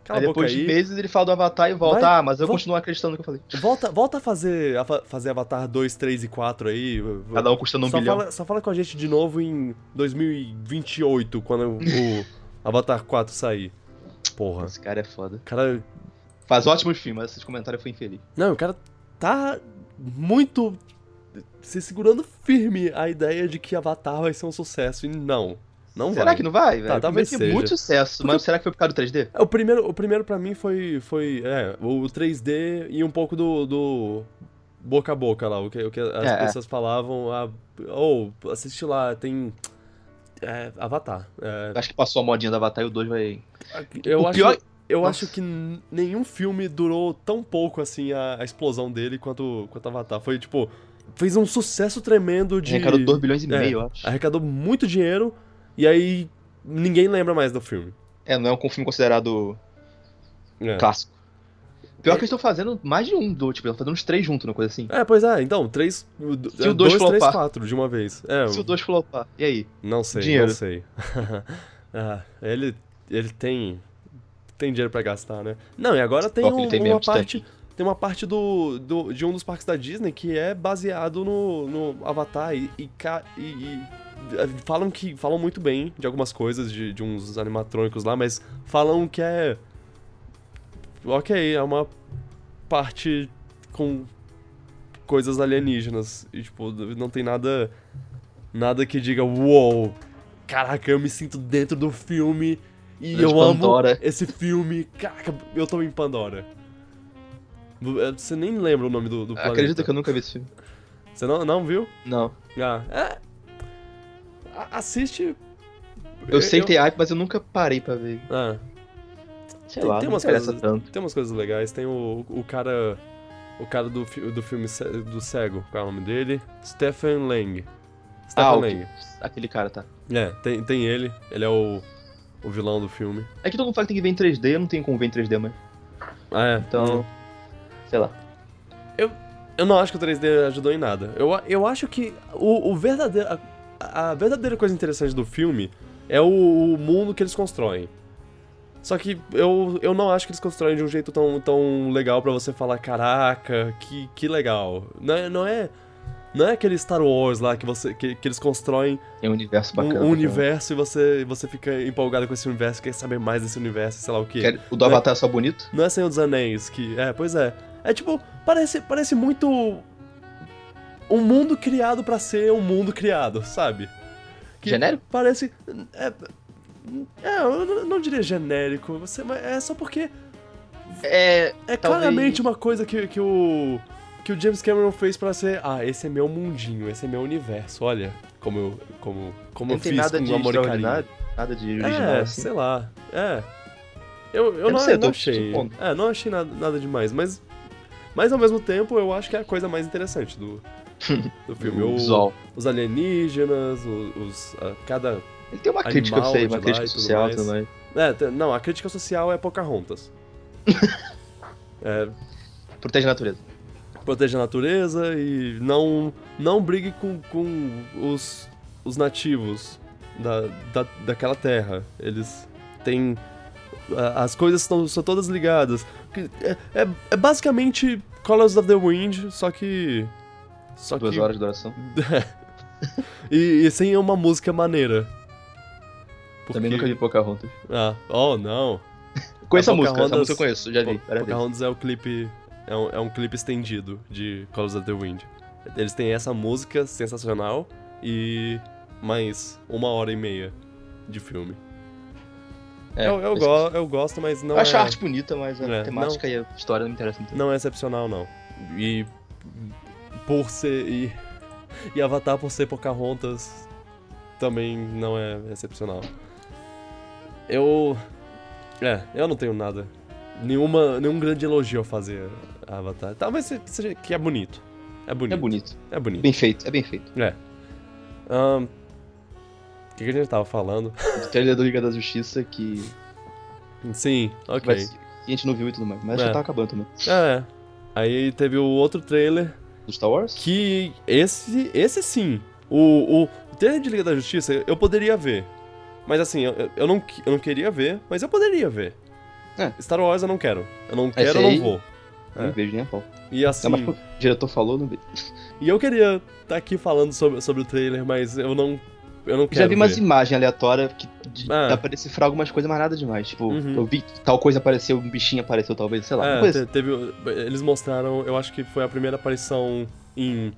A: cala
B: Aí
A: a boca
B: depois
A: aí.
B: de meses ele fala do Avatar e volta.
A: Vai,
B: ah, mas eu
A: volta.
B: continuo acreditando no que eu falei.
A: Volta, volta a fazer, a fa- fazer Avatar 2, 3 e 4 aí.
B: Cada um custando um
A: só,
B: bilhão.
A: fala, só fala com a gente de novo em 2028, quando o Avatar 4 sair. Porra.
B: Esse cara é foda.
A: O cara.
B: Faz ótimos filmes, mas esse comentário foi infeliz.
A: Não, o cara tá muito. se segurando firme a ideia de que Avatar vai ser um sucesso. E não. Não
B: será
A: vai.
B: que não vai, velho?
A: Tá, talvez
B: Teve
A: seja.
B: muito sucesso, mas será que foi por causa do 3D?
A: É, O primeiro, o primeiro pra mim foi, foi é, o 3D e um pouco do, do boca a boca lá, o que, o que as
B: É, é.
A: pessoas falavam, ah, ou assiste lá, tem é, Avatar. É,
B: Eu acho que passou a modinha do Avatar e o 2 vai.
A: eu
B: o
A: acho,
B: pior-
A: eu
B: Nossa.
A: acho que n- nenhum filme durou tão pouco assim a, a explosão dele quanto, quanto Avatar. Foi tipo, fez um sucesso tremendo de...
B: Arrecadou 2 bilhões e
A: É.
B: meio, eu acho.
A: Arrecadou muito dinheiro e aí ninguém lembra mais do filme.
B: É, não é um filme considerado
A: É.
B: Clássico. Pior que eles estão fazendo mais de um do, tipo, eles estão fazendo uns três juntos, uma coisa assim.
A: É, pois é, então, três.
B: o dois
A: dois, três,
B: flopar.
A: quatro de uma vez. É,
B: Se o dois flopar, e aí?
A: não sei,
B: dinheiro.
A: não sei. Ah, ele, ele tem. Tem dinheiro pra gastar, né? Não, e agora tem,
B: Pior que
A: um-
B: ele tem
A: uma
B: mesmo,
A: parte. Tem uma parte do, do- de um dos parques da Disney que é baseado no, no Avatar e, e, ca- e- e- é, falam que falam muito bem de algumas coisas de, de uns animatrônicos lá, mas falam que é ok, é uma parte com coisas alienígenas e tipo não tem nada nada que diga uou, caraca, eu me sinto dentro do filme e
B: De
A: eu
B: Pandora.
A: amo esse filme, caraca, eu tô em Pandora. é, Você nem lembra o nome do, do planeta.
B: Acredita É, que eu nunca vi esse filme.
A: Você não, não viu?
B: Não.
A: Ah, é. A- assiste.
B: Eu, sei que tem hype, mas eu nunca parei pra ver.
A: Ah,
B: Sei
A: Tem-
B: lá,
A: tem
B: não
A: umas
B: interessa
A: coisas-
B: tanto.
A: tem umas coisas legais. Tem o, o cara. O cara do, fi- do filme ce- do cego, qual é o nome dele? Stephen Lang. Stephen
B: Ah, ok.
A: Lang.
B: Aquele cara, tá.
A: É, tem, tem ele. Ele é o, o vilão do filme.
B: É que todo mundo fala que tem que ver em 3D, eu não tenho como ver em 3D, mas.
A: Ah, é.
B: Então. Sei lá.
A: Eu não acho que o 3D ajudou em nada. Eu, a- eu acho que o, o verdadeiro. A, a verdadeira coisa interessante do filme é o, o mundo que eles constroem. Só que eu, eu não acho que eles constroem de um jeito tão, tão legal pra você falar, caraca, que, que legal. Não é, não é. Não é aquele Star Wars lá que você que, que eles constroem
B: É um universo
A: um-
B: bacana.
A: um
B: pra
A: universo e você, você fica empolgado com esse universo, quer saber mais desse universo, sei lá o quê.
B: caramba. Quer- O do Avatar é só bonito?
A: Não é Senhor dos Anéis que. É, pois é. É tipo, parece, parece muito. Um mundo criado pra ser um mundo criado, sabe?
B: Genérico?
A: Parece. É, é, eu não- não diria genérico, você, mas é só porque
B: É.
A: é
B: Talvez-
A: claramente uma coisa que, que o. que o James Cameron fez pra ser. Ah, esse é meu mundinho, esse é meu universo, olha. Como eu. Como, como eu
B: Não tem
A: fiz
B: nada
A: com
B: de
A: um amor e carinho.
B: extraordinário. Nada de original,
A: É,
B: assim.
A: sei lá. É. Eu, eu,
B: Eu não
A: não,
B: sei, eu
A: não
B: tô
A: achei.
B: supondo.
A: É, não achei nada, nada demais, mas. Mas ao mesmo tempo eu acho que é a coisa mais interessante do, do filme.
B: O
A: O-
B: visual.
A: os alienígenas, o- os. a- cada.
B: Ele tem uma crítica, eu
A: Animal
B: sei,
A: de lá
B: uma
A: e
B: crítica
A: tudo
B: social
A: mais.
B: também.
A: É, te- não, a crítica social é Pocahontas. é,
B: Protege a natureza.
A: proteja a natureza e não. não brigue com, com os, os nativos da, da, daquela terra. Eles têm. a- As coisas estão são todas ligadas. Que- É, é, é basicamente Colors of the Wind, só que. Só
B: Duas
A: que.
B: horas de duração.
A: e, e sem uma música maneira.
B: Também nunca vi Pocahontas.
A: Ah, oh não.
B: Conheço a,
A: A
B: música, essa
A: Pocahontas-
B: música eu conheço, já vi.
A: Po-
B: várias vezes.
A: Pocahontas é o clipe. É um, é um clipe estendido de Colors of the Wind. Eles têm essa música sensacional e mais uma hora e meia de filme.
B: É,
A: eu, eu,
B: esse-
A: go- eu gosto, mas não
B: Eu acho
A: é,
B: a arte bonita, mas a
A: É,
B: temática e a história não me interessam muito.
A: não é excepcional, não. E por ser. E, e Avatar por ser Pocahontas também não é excepcional. Eu. É, eu não tenho nada. Nenhuma, nenhum grande elogio a fazer a Avatar. Talvez se- seja que é bonito. É bonito.
B: É bonito.
A: É bonito.
B: Bem feito, é bem feito.
A: Ahn, o que, que a gente tava falando?
B: O trailer do Liga da Justiça que.
A: Sim, ok.
B: vai- que a gente não viu e tudo mais. Mas
A: É.
B: já tá acabando também.
A: É. Aí teve o outro trailer
B: Do Star Wars?
A: Que esse, esse sim. O, o, o trailer de Liga da Justiça eu poderia ver. Mas assim, eu, eu- eu, não, que- eu não queria ver, mas eu poderia ver.
B: É.
A: Star Wars eu não quero. Eu não quero, eu
B: aí-
A: não vou. É.
B: Não vejo nem a pau.
A: E assim.
B: Não, mas o diretor falou, não vejo.
A: E eu queria estar aqui falando sobre, sobre o trailer, mas eu não. Eu não quero.
B: Já vi umas
A: ver.
B: imagens aleatórias que de-
A: Ah.
B: dá pra decifrar algumas coisas, mas nada demais. Tipo,
A: Uhum.
B: eu vi que tal coisa apareceu, um bichinho apareceu, talvez, sei lá. uma
A: É,
B: coisa assim.
A: te- teve, eles mostraram, eu acho que foi a primeira aparição em.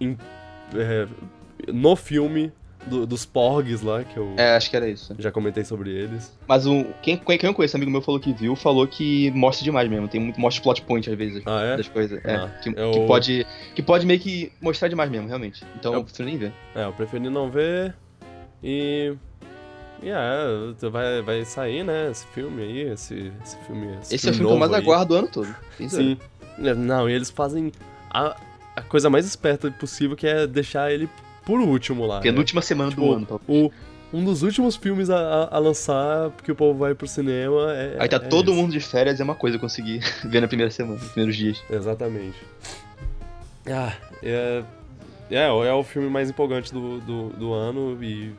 A: em é, no filme do- dos Porgs lá, que eu
B: assim. É, acho que era isso.
A: já comentei sobre eles.
B: Mas um, quem, quem quem eu conheço, amigo meu falou que viu, falou que mostra demais mesmo. Tem muito, mostra plot point às vezes
A: Ah, é?
B: das coisas.
A: Ah,
B: é, que,
A: eu-
B: que pode, que pode meio que mostrar demais mesmo, realmente. Então eu,
A: Eu-
B: prefiro nem ver.
A: É, eu preferi não ver. E. E é, tu vai, vai sair, né? Esse filme aí, esse, esse filme. Esse,
B: Esse é o filme que eu mais
A: novo aí.
B: aguardo né? o ano todo. Tem certeza.
A: Sim. É, Não, e eles fazem a, a coisa mais esperta possível, que é deixar ele por último lá. né?
B: Penúltima semana
A: Tipo,
B: do ano. tal.
A: O, um dos últimos filmes a, a- a lançar, porque o povo vai pro cinema. É,
B: Aí tá
A: é
B: todo
A: esse.
B: mundo de férias, é uma coisa eu consegui ver na primeira semana, nos primeiros dias.
A: Exatamente. Ah, é, é, é o filme mais empolgante do, do, do ano e.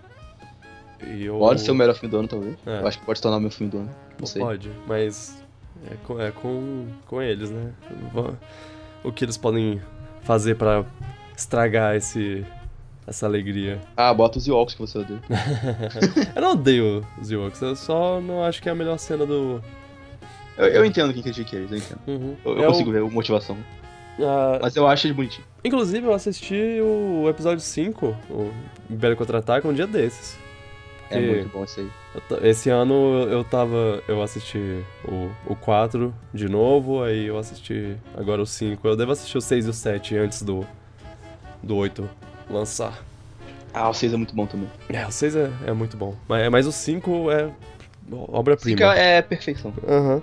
A: e eu,
B: Pode ser o melhor filme do ano, talvez.
A: É.
B: Eu acho que pode se tornar o meu filme do ano. Não sei.
A: Pode, mas é com, é com, com eles, né? Va- O que eles podem fazer pra estragar esse, essa alegria.
B: Ah, bota os Yolks que você odeia.
A: Eu não odeio os Ewoks, eu só não acho que é a melhor cena do.
B: Eu, eu entendo quem critica eles, eu entendo.
A: Uhum.
B: Eu, eu
A: É o-
B: consigo ver a motivação.
A: ah,
B: Mas eu acho eles bonitinhos.
A: Inclusive, eu assisti o episódio 5, o Império Contra-Ataque, um dia desses.
B: É
A: Que-
B: muito bom isso aí.
A: Eu ta- Esse ano eu tava. Eu assisti o, o 4 de novo, aí eu assisti agora o 5. Eu devo assistir o 6 e o 7 antes do, do 8 lançar.
B: Ah, o 6 é muito bom também.
A: É, o 6 é, é muito bom. Mas, mas o 5 é obra-prima.
B: Fica, é perfeição.
A: Aham.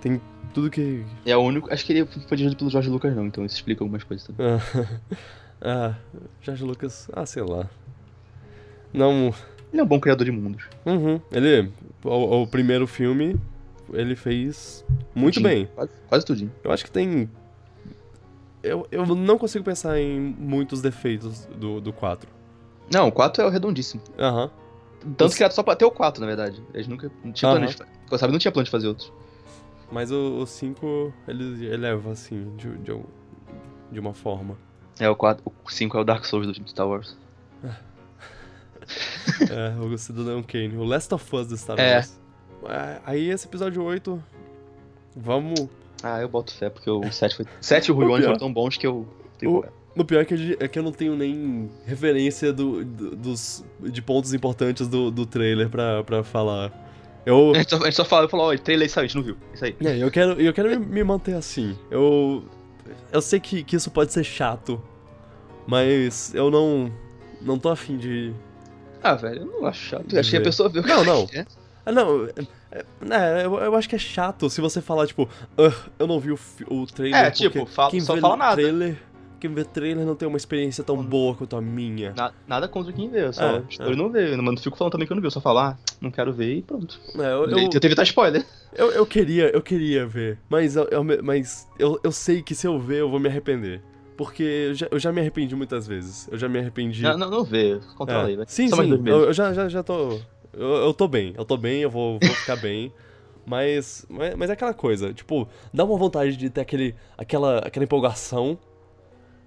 A: Tem tudo que.
B: É o único. Acho que ele foi dirigido pelo Jorge Lucas, não, então isso explica algumas coisas também.
A: Ah, ah, Jorge Lucas. Ah, sei lá. Não.
B: Ele é um bom criador de mundos.
A: Uhum. Ele. O, o primeiro filme ele fez muito
B: Tudinho.
A: bem.
B: Quase, quase tudinho.
A: Eu acho que tem. Eu, eu não consigo pensar em muitos defeitos do, do 4.
B: Não, o 4 é o redondíssimo.
A: Aham.
B: Tanto
A: Isso.
B: criado só pra até o 4, na verdade. Eles nunca. Não tinha
A: Aham.
B: plano de. fa- Eu sabe, não tinha plano de fazer outros.
A: Mas o o 5 ele eleva, assim, de, de, um- de uma forma.
B: É, o 4. O 5 é o Dark Souls do time Star Wars.
A: é, o Cidadão Kane, o Last of Us do Star
B: É.
A: Wars. É, Aí esse episódio 8. Vamos.
B: Ah, eu boto fé, porque o 7 foi. 7 e o Rui
A: O
B: One
A: pior.
B: foram tão bons que eu.
A: O- O pior é que, eu- é que eu não tenho nem referência do, do- dos, de pontos importantes do, do trailer pra, pra falar. Eu,
B: A gente só, a gente só fala, eu falo, ó, esse trailer é isso aí, a gente não viu. Isso aí.
A: É, eu quero, eu quero me, me manter assim. Eu. Eu sei que, que isso pode ser chato, mas eu não. Não tô afim de.
B: Ah, velho, eu não acho chato.
A: De
B: Acho que a
A: ver.
B: pessoa viu.
A: Não, não.
B: É.
A: Ah, não. É, é, eu, eu acho que é chato se você falar, tipo, "Ah, eu não vi o, fi- o trailer.
B: É, tipo,
A: porque
B: fala,
A: quem
B: só
A: vê
B: fala nada.
A: Trailer, quem vê trailer não tem uma experiência tão boa quanto a minha.
B: Na- nada contra quem vê, eu só.
A: É,
B: eu não vejo, mas não fico falando também que eu não vi, eu só falo, ah, não quero ver e pronto.
A: É, eu,
B: Eu,
A: eu,
B: tento evitar spoiler.
A: eu, eu queria, eu queria ver, mas, eu, eu me- mas eu, eu sei que se eu ver eu vou me arrepender. Porque eu já, eu já me arrependi muitas vezes. Eu já me arrependi.
B: Não, não, não vê, controla
A: É.
B: aí, vai.
A: Sim,
B: só
A: sim.
B: mais dois meses.
A: Eu, eu já, já, já tô. Eu, eu tô bem, eu tô bem, eu vou, vou ficar bem. Mas, mas, mas é aquela coisa, tipo, dá uma vontade de ter aquele, aquela, aquela empolgação,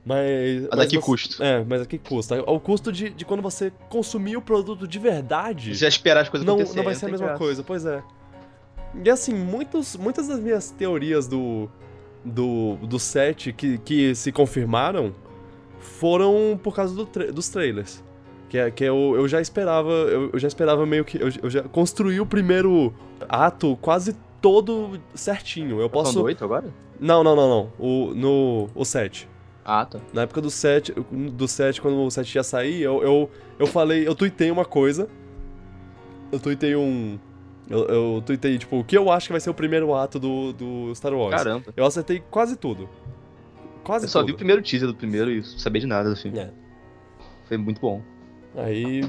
A: mas.
B: a
A: mas
B: que
A: você-
B: custo?
A: É, mas a que custo? Ao custo de, de quando você consumir o produto de verdade,
B: Já esperar as coisas
A: não,
B: acontecerem.
A: não vai ser a
B: tem
A: mesma
B: graça.
A: coisa, pois é. E assim, muitos, muitas das minhas teorias do. do, do set que, que se confirmaram foram por causa do tra- dos trailers. Que, é- que eu, eu já esperava, eu, eu já esperava meio que. Eu, eu já construí o primeiro ato quase todo certinho. Eu
B: Posso... São
A: posso.
B: Tá oito agora?
A: Não, não, não, não. O, no, o set.
B: Ah, tá.
A: Na época do 7, do 7 quando o 7 ia sair, eu, eu, eu falei, eu tuitei uma coisa. Eu tuitei um. Eu, eu tuitei, tipo, o que eu acho que vai ser o primeiro ato do, do Star Wars.
B: Caramba.
A: Eu acertei quase tudo. Quase
B: Eu só vi o
A: tudo.
B: primeiro teaser do primeiro e não sabia de nada do filme.
A: É.
B: Foi muito bom.
A: Aí.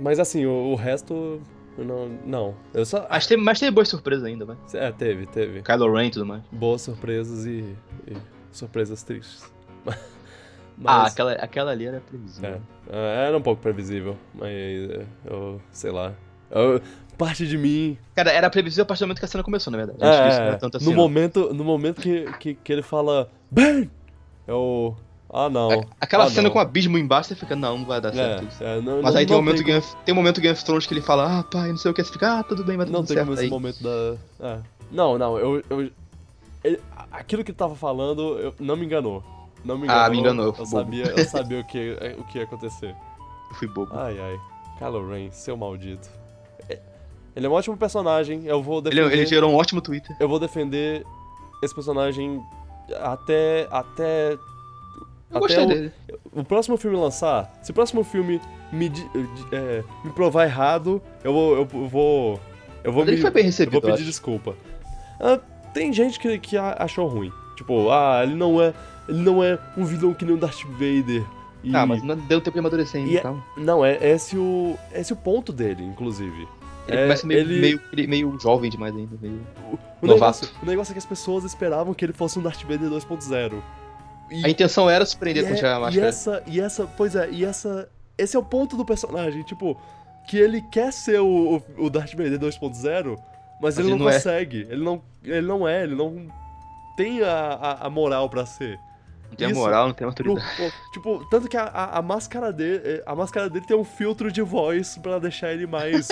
A: Mas assim, o, o resto. eu Não, não. Eu só.
B: Mas teve, mas teve boas surpresas ainda, vai.
A: É, teve, teve.
B: Kylo Ren e tudo mais.
A: Boas surpresas e. e surpresas tristes.
B: Ah,
A: Mas-
B: aquela, aquela ali era previsível.
A: É, ah, era um pouco previsível, mas eh, eu, sei lá. Eu- parte de mim.
B: Cara, era previsível a partir do momento que a cena começou, na verdade. Antes disso, não
A: É,
B: era tanto assim.
A: no,
B: não.
A: momento, no momento que, que, que ele fala BAN! Eu. Ah, não.
B: A- aquela
A: Ah,
B: cena
A: não.
B: com o abismo embaixo, você fica, não, não vai dar certo isso.
A: É, é, não,
B: Mas
A: não-
B: aí tem
A: não
B: um momento, Game of- tem um momento Game of Thrones que ele fala, ah, pai, não sei o que, você fica, ah, tudo bem, vai
A: Não
B: tudo
A: tem
B: certo
A: como esse
B: aí.
A: momento da. é. Não, não, eu. eu- ele- a- aquilo que ele tava falando eu, não me enganou. Não me enganou.
B: Ah, me enganou, eu fui
A: Eu
B: bobo.
A: sabia, eu sabia o, que, o que ia acontecer.
B: Eu fui bobo.
A: Ai, ai. Kylo Ren, seu maldito. É- Ele é um ótimo personagem, eu vou
B: ele,
A: defender...
B: ele gerou um ótimo Twitter.
A: Eu vou defender esse personagem até... até...
B: Eu
A: até
B: gostei
A: o,
B: dele.
A: o próximo filme lançar, se o próximo filme me, di- de- é, me provar errado, eu vou. Eu vou. Eu vou,
B: Mas ele
A: me-
B: foi bem recebido,
A: eu vou
B: eu
A: pedir
B: acho.
A: desculpa. Ah, tem gente que, que a- achou ruim. Tipo, ah, ele não é. Ele não é um vilão que nem o Darth Vader. E-
B: Ah, mas não deu tempo de amadurecer então. ainda,
A: E é-
B: calma.
A: Não, é, é esse o, é esse o ponto dele, inclusive.
B: Ele
A: É,
B: começa meio,
A: ele-
B: meio, ele- meio jovem demais ainda. meio-
A: O
B: Novato.
A: negócio, o negócio é que as pessoas esperavam que ele fosse um Darth Vader 2.0. E-
B: A intenção era surpreender
A: e
B: quando
A: é-
B: tirar a
A: E
B: máscara.
A: essa, e essa, pois é, e essa, esse é o ponto do personagem, tipo, que ele quer ser o, o, o Darth Vader 2.0, mas, ele, não,
B: é.
A: consegue, ele não, ele não é, ele não tem a, a, a moral pra ser.
B: Não tem a
A: isso-
B: moral, não tem a
A: No-
B: maturidade.
A: no- tipo, tanto que a, a, a máscara dele, a máscara dele tem um filtro de voz pra deixar ele mais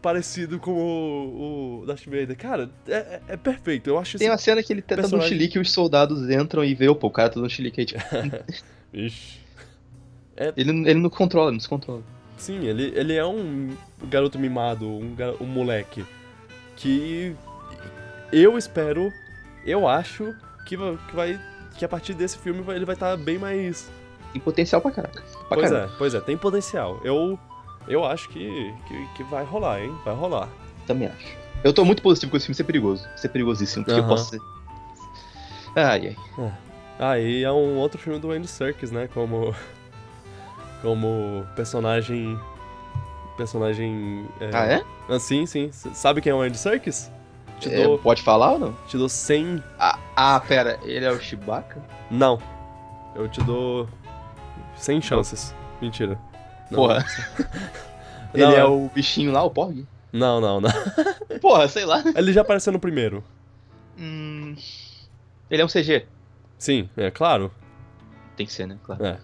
A: parecido com o, o Darth Vader. Cara, é, é- é perfeito, eu acho
B: Tem
A: isso.
B: uma cena que ele tá dando um
A: personagem-
B: chilique e os soldados entram e vê, opa, o cara tá dando um chilique aí, tipo,
A: Ixi.
B: ele, ele não controla, não se controla.
A: Sim, ele, ele é um garoto mimado, um, gar- um moleque. Que eu espero, eu acho que va- que vai. Que a partir desse filme vai- ele vai estar bem mais.
B: Tem potencial pra caraca. Pra
A: pois
B: caramba.
A: é, pois é, tem potencial. Eu, eu acho que, que, que vai rolar, hein? Vai rolar.
B: Também acho. Eu tô muito positivo com esse filme ser perigoso. Ser perigosíssimo, porque
A: Aham.
B: eu posso ser. Ai, ai.
A: Ah, e é um outro filme do Andy Serkis, né? Como. Como personagem. Personagem.
B: Ah, é?
A: Ah, sim, sim. S- Sabe quem é o Andy Serkis? Te,
B: É,
A: dou,
B: Pode falar ou não?
A: te dou 100
B: Ah, ah, pera, ele é o Chewbacca?
A: Não. Eu te dou. Sem chances. Mentira. Não.
B: Porra.
A: Não,
B: ele é
A: é-
B: o bichinho lá, o Porg?
A: Não, não, não.
B: Porra, sei lá.
A: Ele já apareceu no primeiro.
B: Hum, ele é um CG?
A: Sim, é claro.
B: Tem que ser, né? Claro.
A: É.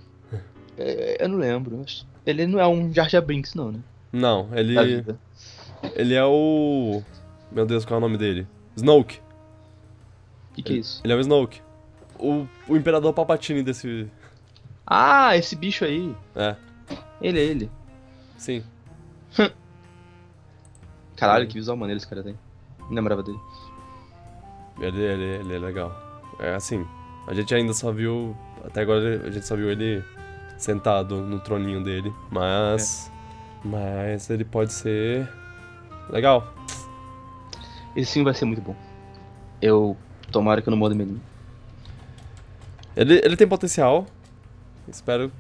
B: É, eu não lembro, mas. Ele não é um Jar Jar Brinks, não, né?
A: Não,
B: Da
A: ele.
B: vida.
A: Ele é o. Meu Deus, qual é o nome dele? Snoke.
B: O que, que é isso?
A: Ele é o Snoke. O, o Imperador Palpatine desse.
B: Ah, esse bicho aí.
A: É,
B: Ele é ele.
A: sim.
B: Caralho, que visual maneiro esse cara tem. Não lembrava dele.
A: Ele, ele, ele é legal. É assim. A gente ainda só viu. Até agora a gente só viu ele sentado no troninho dele. Mas. Mas ele pode ser. Legal.
B: Esse filme vai ser muito bom. Eu. Tomara que eu não morda menino.
A: Ele, ele tem potencial. Espero.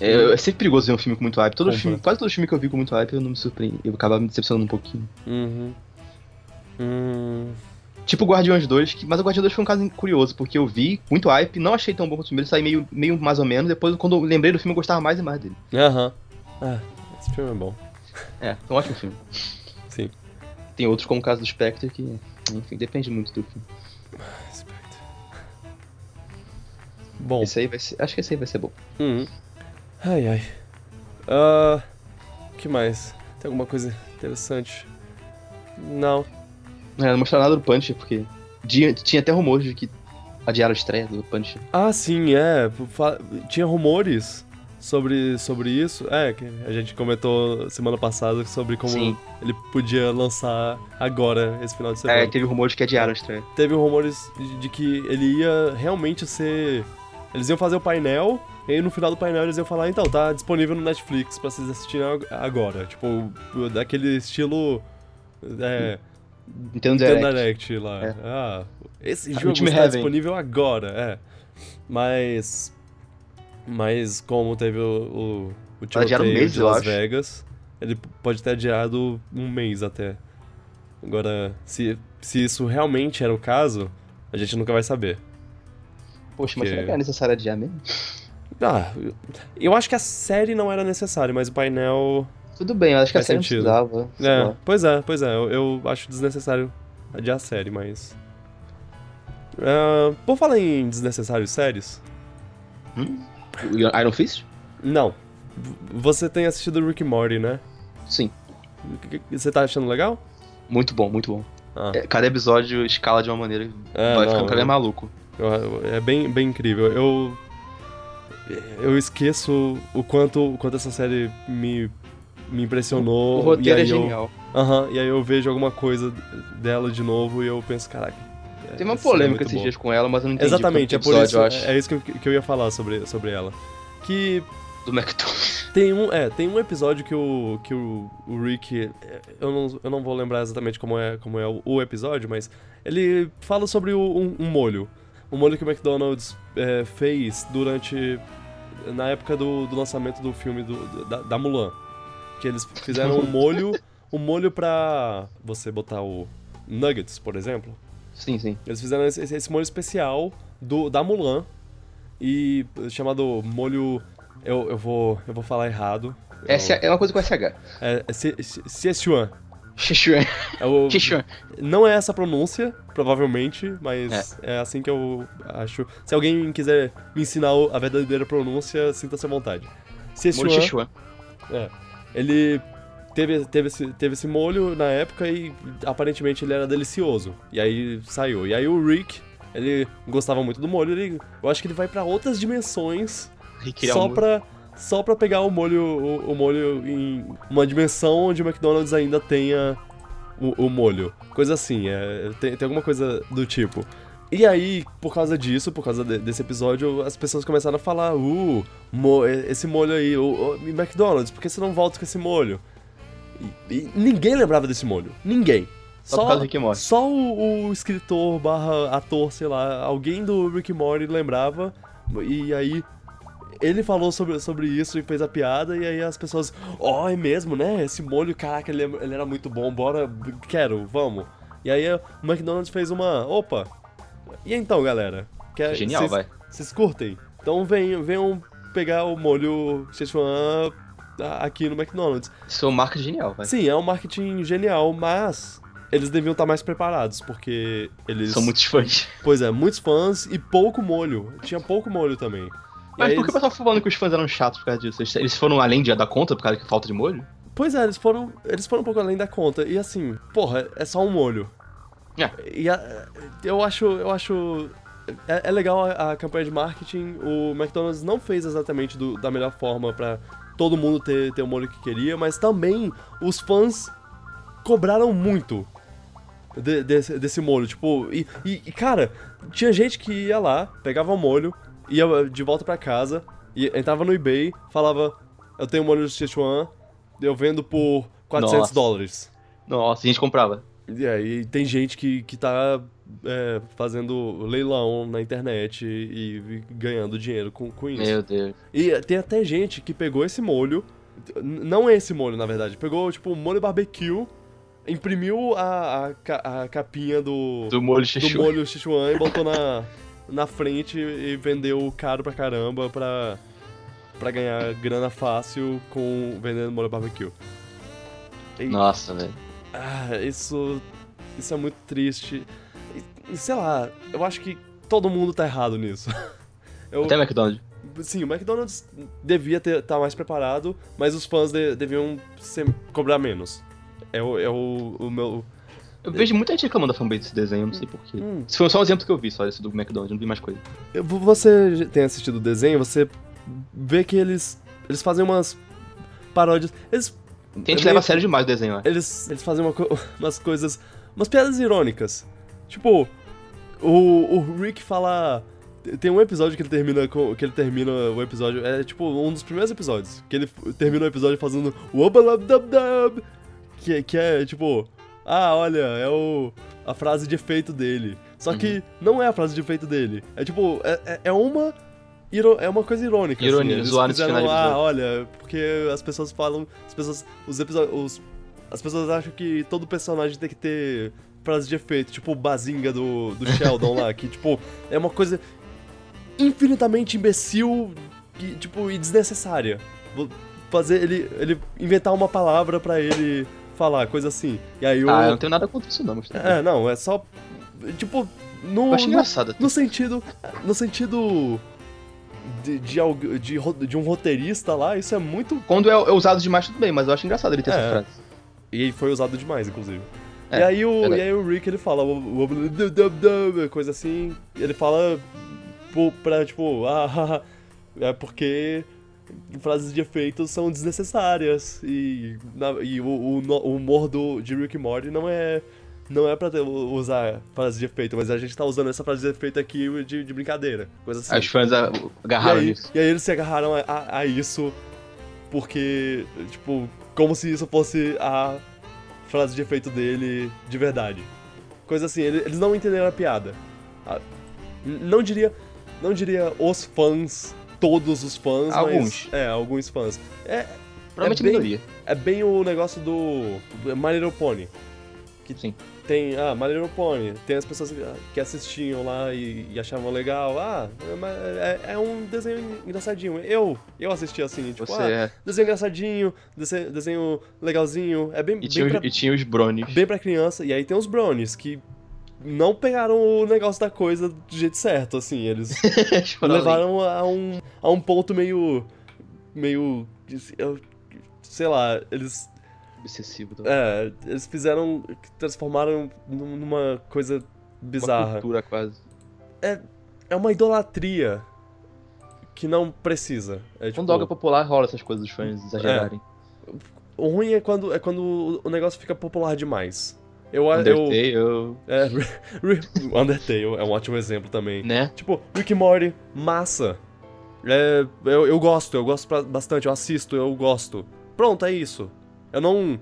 B: É, é sempre perigoso ver um filme com muito hype. Todo
A: Completo.
B: filme, quase todo filme que eu vi com muito hype, eu não me surpreendi. Eu acabava me decepcionando um pouquinho.
A: Uhum. Hum.
B: Tipo Guardiões 2, que, mas o Guardiões 2 foi um caso curioso, porque eu vi muito hype, não achei tão bom quanto o primeiro, saí meio, meio mais ou menos. Depois, quando eu lembrei do filme, eu gostava mais e mais dele.
A: Aham. Ah, esse filme é bom.
B: É, é um ótimo filme.
A: Sim.
B: Tem outros, como o caso do Spectre, que, enfim, depende muito do filme.
A: Respeito. Bom.
B: Esse aí vai ser, acho que esse aí vai ser bom.
A: Uhum. Ai, ai. Ah. O que mais? Tem alguma coisa interessante? Não.
B: É, não mostraram nada do Punch, porque dia- tinha até rumores de que adiaram a estreia do Punch.
A: Ah, sim, é. Fa- Tinha rumores sobre, sobre isso. É, que a gente comentou semana passada sobre como
B: Sim.
A: ele podia lançar agora, esse final de semana.
B: É, teve rumor de que adiaram a estreia.
A: teve rumores de- de que ele ia realmente ser. Eles iam fazer o painel, e aí no final do painel eles iam falar, então, tá disponível no Netflix pra vocês assistirem ag- agora. Tipo, daquele estilo. É.
B: Entendo
A: Nintendo
B: Direct.
A: Direct lá.
B: É.
A: Ah, esse
B: Ultimate
A: jogo está
B: Heaven.
A: disponível agora, é. Mas. Mas como teve o, o, o
B: Adiaram um
A: tiroteio
B: mês,
A: de
B: eu
A: Las
B: acho.
A: Vegas, ele p- pode ter adiado um mês até. Agora, se, se isso realmente era o caso, a gente nunca vai saber.
B: Poxa,
A: Porque-
B: mas será que era necessário adiar mesmo?
A: Ah, eu- eu acho que a série não era necessária, mas o painel.
B: Tudo bem, eu acho que a
A: Faz
B: série
A: sentido.
B: não precisava. sei
A: É,
B: lá.
A: pois é, pois é. Eu, eu acho desnecessário adiar a série, mas. Ah, por falar em desnecessários séries,
B: O Iron Fist?
A: não. V- Você tem assistido Rick and Morty, né?
B: Sim.
A: C- c- Você tá achando legal?
B: Muito bom, muito bom.
A: Ah,
B: É, cada episódio escala de uma maneira.
A: É,
B: vai
A: não,
B: ficando cada vez
A: eu-
B: maluco.
A: eu- eu- é bem, bem incrível. Eu. Eu esqueço o quanto, o quanto essa série me, me impressionou.
B: O roteiro
A: e
B: é
A: aí eu-
B: genial.
A: Aham, e aí eu vejo alguma coisa dela de novo e eu penso, caraca. é-
B: Teve uma
A: essa série é
B: polêmica
A: muito
B: esses
A: boa.
B: dias com ela, mas eu não entendi.
A: Exatamente, é
B: porque o
A: por isso.
B: episódio, eu acho,
A: É isso que eu, que eu ia falar sobre, sobre ela. Que
B: do McDonald's.
A: tem um, é, tem um episódio que o, que o, o Rick. é, Eu não, eu não vou lembrar exatamente como é, como é o, o episódio, mas ele fala sobre o- um, um molho. Um molho que o McDonald's é, fez durante na época do, do lançamento do filme do, da, da Mulan. Que eles fizeram um molho. Um molho pra você botar o Nuggets, por exemplo.
B: Sim, sim.
A: Eles fizeram esse, esse molho especial do, da Mulan. E eh, chamado molho. Eu, eu, vou, eu vou falar errado.
B: Essa é uma coisa com SH.
A: É, é Si- Si- Sichuan.
B: Sichuan.
A: É o-
B: Sichuan.
A: Não é essa a pronúncia, provavelmente, mas é. assim que eu acho. Se alguém quiser me ensinar o- a verdadeira pronúncia, sinta-se à vontade.
B: Molho
A: Sichuan,
B: Sichuan.
A: É. ele teve, teve, esse, teve esse molho na época e aparentemente ele era delicioso. E aí saiu. E aí o Rick, ele gostava muito do molho, ele, eu acho que ele vai pra outras dimensões
B: Requeria
A: só
B: um-
A: pra só para pegar o molho o, o molho em uma dimensão onde o McDonald's ainda tenha o, o molho coisa assim é tem, tem alguma coisa do tipo e aí por causa disso por causa de- desse episódio as pessoas começaram a falar uh mo- esse molho aí o, o- McDonald's por que você não volta com esse molho e, e ninguém lembrava desse molho ninguém
B: Só por causa do Rick and Morty.
A: só o, o escritor barra ator, sei lá, alguém do Rick and Morty lembrava, e aí ele falou sobre, sobre isso e fez a piada, e aí as pessoas, ó, é mesmo, né? Esse molho, caraca, ele, é- ele era muito bom, bora, b- quero, vamos. E aí eh, o McDonald's fez uma, opa, e então, galera? Quer,
B: Genial,
A: vocês-
B: vai.
A: Vocês curtem? Então venham, venham pegar o molho Sichuan a- aqui no McDonald's.
B: Isso é uma marca genial, vai.
A: Sim, é um marketing genial, mas eles deviam estar mais preparados, porque eles.
B: São muitos fãs.
A: Pois é, muitos fãs e pouco molho. Tinha pouco molho também. E
B: Mas
A: aí
B: por que o
A: eles-
B: pessoal falando que os fãs eram chatos por causa disso? Eles- Eles foram além de dar conta por causa da falta de molho?
A: Pois é, eles foram, eles foram um pouco além da conta. E assim, porra, é só um molho.
B: É.
A: E a- eu acho. Eu acho. É, é legal a, a campanha de marketing. O McDonald's não fez exatamente do- da melhor forma pra todo mundo ter, ter o molho que queria, mas também os fãs cobraram muito de- desse, desse molho. Tipo, e, e- e, cara, tinha gente que ia lá, pegava o molho, ia de volta pra casa, e entrava no eBay, falava: Eu tenho molho de Sichuan, eu vendo por 400
B: Nossa.
A: dólares.
B: Nossa, a gente comprava.
A: E aí tem gente que, que tá é, fazendo leilão na internet e, e ganhando dinheiro com, com isso.
B: Meu Deus.
A: E tem até gente que pegou esse molho, n- não é esse molho, na verdade, pegou, tipo, um molho barbecue, imprimiu a, a, ca- a capinha do,
B: Do molho
A: do
B: Sichuan.
A: molho Sichuan e botou na, na frente e vendeu caro pra caramba pra, pra ganhar grana fácil com vendendo molho barbecue. E-
B: Nossa, velho.
A: ah, isso. Isso é muito triste. E- e Sei lá, eu acho que todo mundo tá errado nisso. Eu-
B: Até McDonald's.
A: sim, o McDonald's devia estar mais preparado, mas os fãs de- deviam ser- cobrar menos. É o, é o, o meu.
B: Eu vejo muita gente reclamando da fanbase desse desenho, não sei porquê.
A: Hum.
B: Isso foi só um exemplo que eu vi, só esse do McDonald's, não vi mais coisa.
A: Eu- Você tem assistido o desenho, você vê que eles. Eles fazem umas paródias. Eles.
B: Tem gente
A: é
B: que leva
A: meio-
B: a sério demais o desenho, eu acho.
A: Eles, eles fazem uma co- umas coisas. umas piadas irônicas. Tipo, o, o Rick fala. Tem um episódio que ele termina com. que ele termina o episódio. É tipo um dos primeiros episódios. Que ele f- termina o episódio fazendo Wobalabdabdab! Que, que é tipo. Ah, olha, é o. a frase de efeito dele. Só que não é a frase de efeito dele. É tipo, é, é- é uma. iro- É uma coisa irônica.
B: Ironia,
A: assim. Eles
B: zoar nesse
A: fizeram,
B: final de episódio."
A: ah, olha, porque as pessoas falam. As pessoas. Os episódios. As pessoas acham que todo personagem tem que ter frase de efeito, tipo o Bazinga do, do Sheldon lá, que tipo, é uma coisa infinitamente imbecil e, tipo, e desnecessária. Vou fazer ele, ele inventar uma palavra pra ele falar, coisa assim. E aí o.
B: Ah, eu não tenho nada contra isso não, mas...
A: É, não, é só. Tipo, não.
B: Eu acho engraçado. assim.
A: No sentido. No sentido. De, de, algu- de, ro- de um roteirista lá, isso é muito.
B: Quando é, é usado demais, tudo bem, mas eu acho engraçado ele ter
A: É.
B: essa frase.
A: E foi usado demais, inclusive.
B: É,
A: e, aí o,
B: verdade.
A: e aí o Rick ele fala. "Wo- wo- dub- dub- dub", Coisa assim. Ele fala. pro- Pra tipo. Ah, é porque. Frases de efeito são desnecessárias. E, na- e o, o, no- o humor do, de Rick e Morty não é. Não é pra ter- usar frases de efeito, mas a gente tá usando essa frase de efeito aqui de, de brincadeira. Coisa assim.
B: Aí Os fãs ah,
A: E
B: agarraram
A: aí,
B: nisso.
A: e aí eles se agarraram a, a- a isso porque, tipo, como se isso fosse a frase de efeito dele de verdade. Coisa assim, ele- eles não entenderam a piada. A- n- não diria, não diria os fãs todos os fãs,
B: Alguns.
A: mas... É, alguns fãs. É,
B: Provavelmente
A: É bem-
B: minoria.
A: é bem o negócio do My Little Pony.
B: Sim.
A: Tem, ah, My Little Pony. Tem as pessoas que assistiam lá e, e achavam legal. Ah, é uma- é, é um desenho engraçadinho. Eu, eu assisti assim, tipo,
B: Você
A: ah,
B: é.
A: desenho engraçadinho, desenho, desenho legalzinho. É bem,
B: E
A: bem,
B: tinha, um os-
A: pra,
B: e tinha os bronies.
A: bem pra criança. E aí tem os brownies, que não pegaram o negócio da coisa do jeito certo, assim. Eles
B: Foram além.
A: levaram a um, a um ponto meio. meio. eu- sei lá, eles.
B: Obsessivo. Tá?
A: É, eles fizeram. transformaram num- numa coisa
B: Uma
A: bizarra.
B: cultura quase.
A: É uma idolatria que não precisa. É, tipo, É.
B: Quando algo é popular, rola essas coisas dos fãs exagerarem.
A: o ruim é quando, é quando o negócio fica popular demais. Eu, eu,
B: Undertale, eu...
A: é, Ri- Undertale é um ótimo exemplo também.
B: Né?
A: Tipo, Rick and Morty, massa. É, eu, eu gosto, eu gosto pra- bastante, eu assisto, eu gosto. Pronto, é isso. Eu não.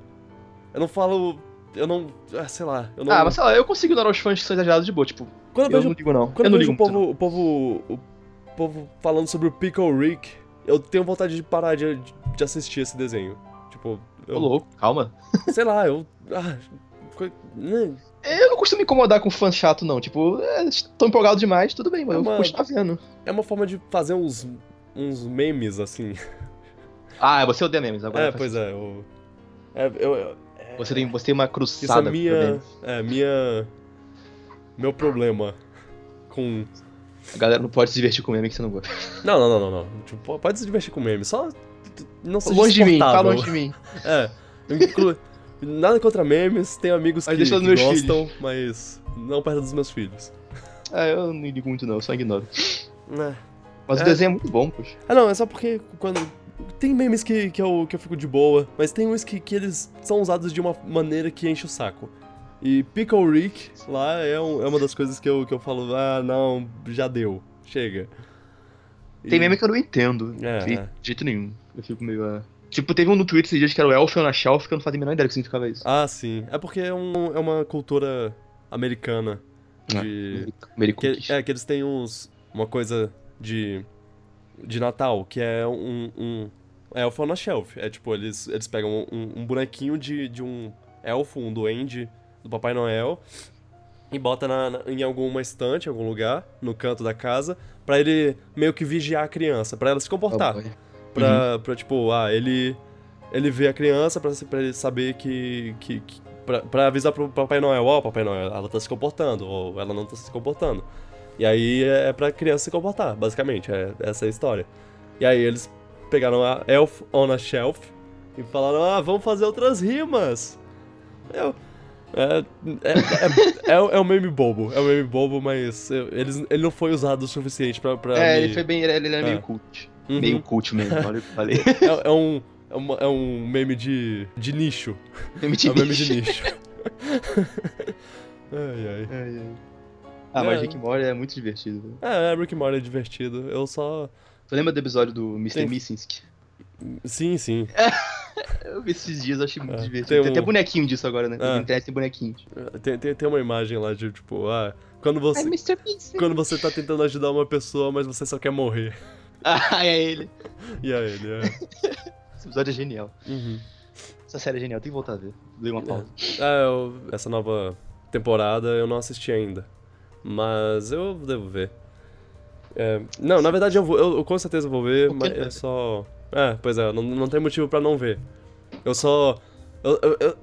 A: Eu não falo. Eu não. ah, sei lá. Eu não,
B: Ah, mas sei lá, eu consigo ignorar os fãs que são exagerados de boa, tipo,
A: quando eu
B: eu
A: vejo,
B: não ligo não.
A: quando
B: eu
A: eu
B: não
A: vejo
B: ligo
A: o,
B: muito,
A: povo, o povo. O povo falando sobre o Pickle Rick, eu tenho vontade de parar de, de assistir esse desenho. Tipo,
B: não.
A: eu,
B: Ô, louco, calma.
A: sei lá, eu. Ah, coi- né,
B: Eu não costumo me incomodar com fã chato, não. Tipo, é, tô empolgado demais, tudo bem, mas
A: É
B: eu
A: uma-
B: vou continuar vendo.
A: é uma forma de fazer uns. uns memes, assim.
B: Ah, você odeia memes
A: É,
B: agora. faz-
A: pois é, eu. É, eu- eu
B: Você tem, você tem uma
A: Isso é
B: cruzada pra
A: minha.
B: memes.
A: É, minha. Meu problema com.
B: A galera não pode se divertir com meme que você não gosta.
A: Não, não, não, não, não. Tipo, po- pode se divertir com meme, só. t- t- Não se
B: Longe de mim, tá longe de mim.
A: É. inclu- Nada contra memes, tenho amigos que,
B: Mas deixa
A: que
B: nos meus
A: gostam, mas não perto dos meus filhos.
B: Ah, eu não ligo muito não, eu só ignoro.
A: É.
B: Mas
A: É.
B: o desenho é muito bom, poxa.
A: Ah, não, é só porque quando. Tem memes que, que, eu, que eu fico de boa, mas tem uns que, que eles são usados de uma maneira que enche o saco. E Pickle Rick lá é, um- é uma das coisas que eu, que eu falo, ah, não, já deu, chega.
B: Tem
A: E-
B: meme que eu não entendo.
A: É,
B: de
A: é.
B: jeito nenhum. Eu fico meio. ah, Tipo, teve um no Twitter esses dias que era o Elfo na Shelf, que eu não fazia a menor ideia do que significava isso.
A: Ah, sim. É porque é, um, é uma cultura americana.
B: É.
A: De,
B: Mary
A: que,
B: Cookies.
A: é que eles têm uns. Uma coisa de. De Natal, que é um. um elfo na shelf. É tipo, eles, eles pegam um, um bonequinho de, de um elfo, um duende do Papai Noel. E bota na- na- em alguma estante, em algum lugar, no canto da casa, pra ele meio que vigiar a criança, pra ela se comportar.
B: Oh, boy.
A: Pra, pra, tipo, ah, ele. Ele vê a criança pra, pra ele saber que. que, que pra, pra avisar pro Papai Noel, ó, Papai Noel, ela tá se comportando, ou ela não tá se comportando. E aí é, é pra criança se comportar, basicamente. É, essa é a história. E aí eles pegaram a Elf on a Shelf e falaram, ah, vamos fazer outras rimas. Eu. É, é, é, é, é um meme bobo, é um meme bobo, mas eu- eles, ele não foi usado o suficiente pra. pra
B: É,
A: me-
B: ele foi bem. Ele, ele era
A: É.
B: meio cult.
A: Uhum.
B: Meio cult mesmo, olha o que eu falei.
A: É, é um. É, uma- é um meme de, de nicho.
B: Meme de
A: É um meme
B: nicho.
A: de nicho. ai, ai.
B: Ai, ai. É, Ah, mas
A: É.
B: Rick and Morty é muito divertido. velho.
A: É, é, Rick and Morty é divertido. Eu só.
B: Tu lembra do episódio do Mr.
A: Tem-
B: Missinski?
A: Sim, sim.
B: Eu vi esses dias, eu achei muito
A: É,
B: divertido.
A: tem
B: Tem,
A: um-
B: até bonequinho disso agora, né?
A: É.
B: Na internet tem bonequinho.
A: Tem, tem, tem uma imagem lá de tipo, ah, quando você.
B: Mr. Missinski.
A: Quando você tá tentando ajudar uma pessoa, mas você só quer morrer.
B: Ah, é ele.
A: E aí, ele é.
B: Esse episódio é genial.
A: Uhum.
B: Essa série é genial, tem que voltar a ver. Dei uma pausa.
A: É, eu- essa nova temporada eu não assisti ainda. Mas eu devo ver. É, não, na verdade eu, vou, eu, eu com certeza vou ver,
B: Por que
A: mas
B: não?
A: é só. É, pois é, não, não tem motivo pra não ver. Eu só. Eu, eu, eu-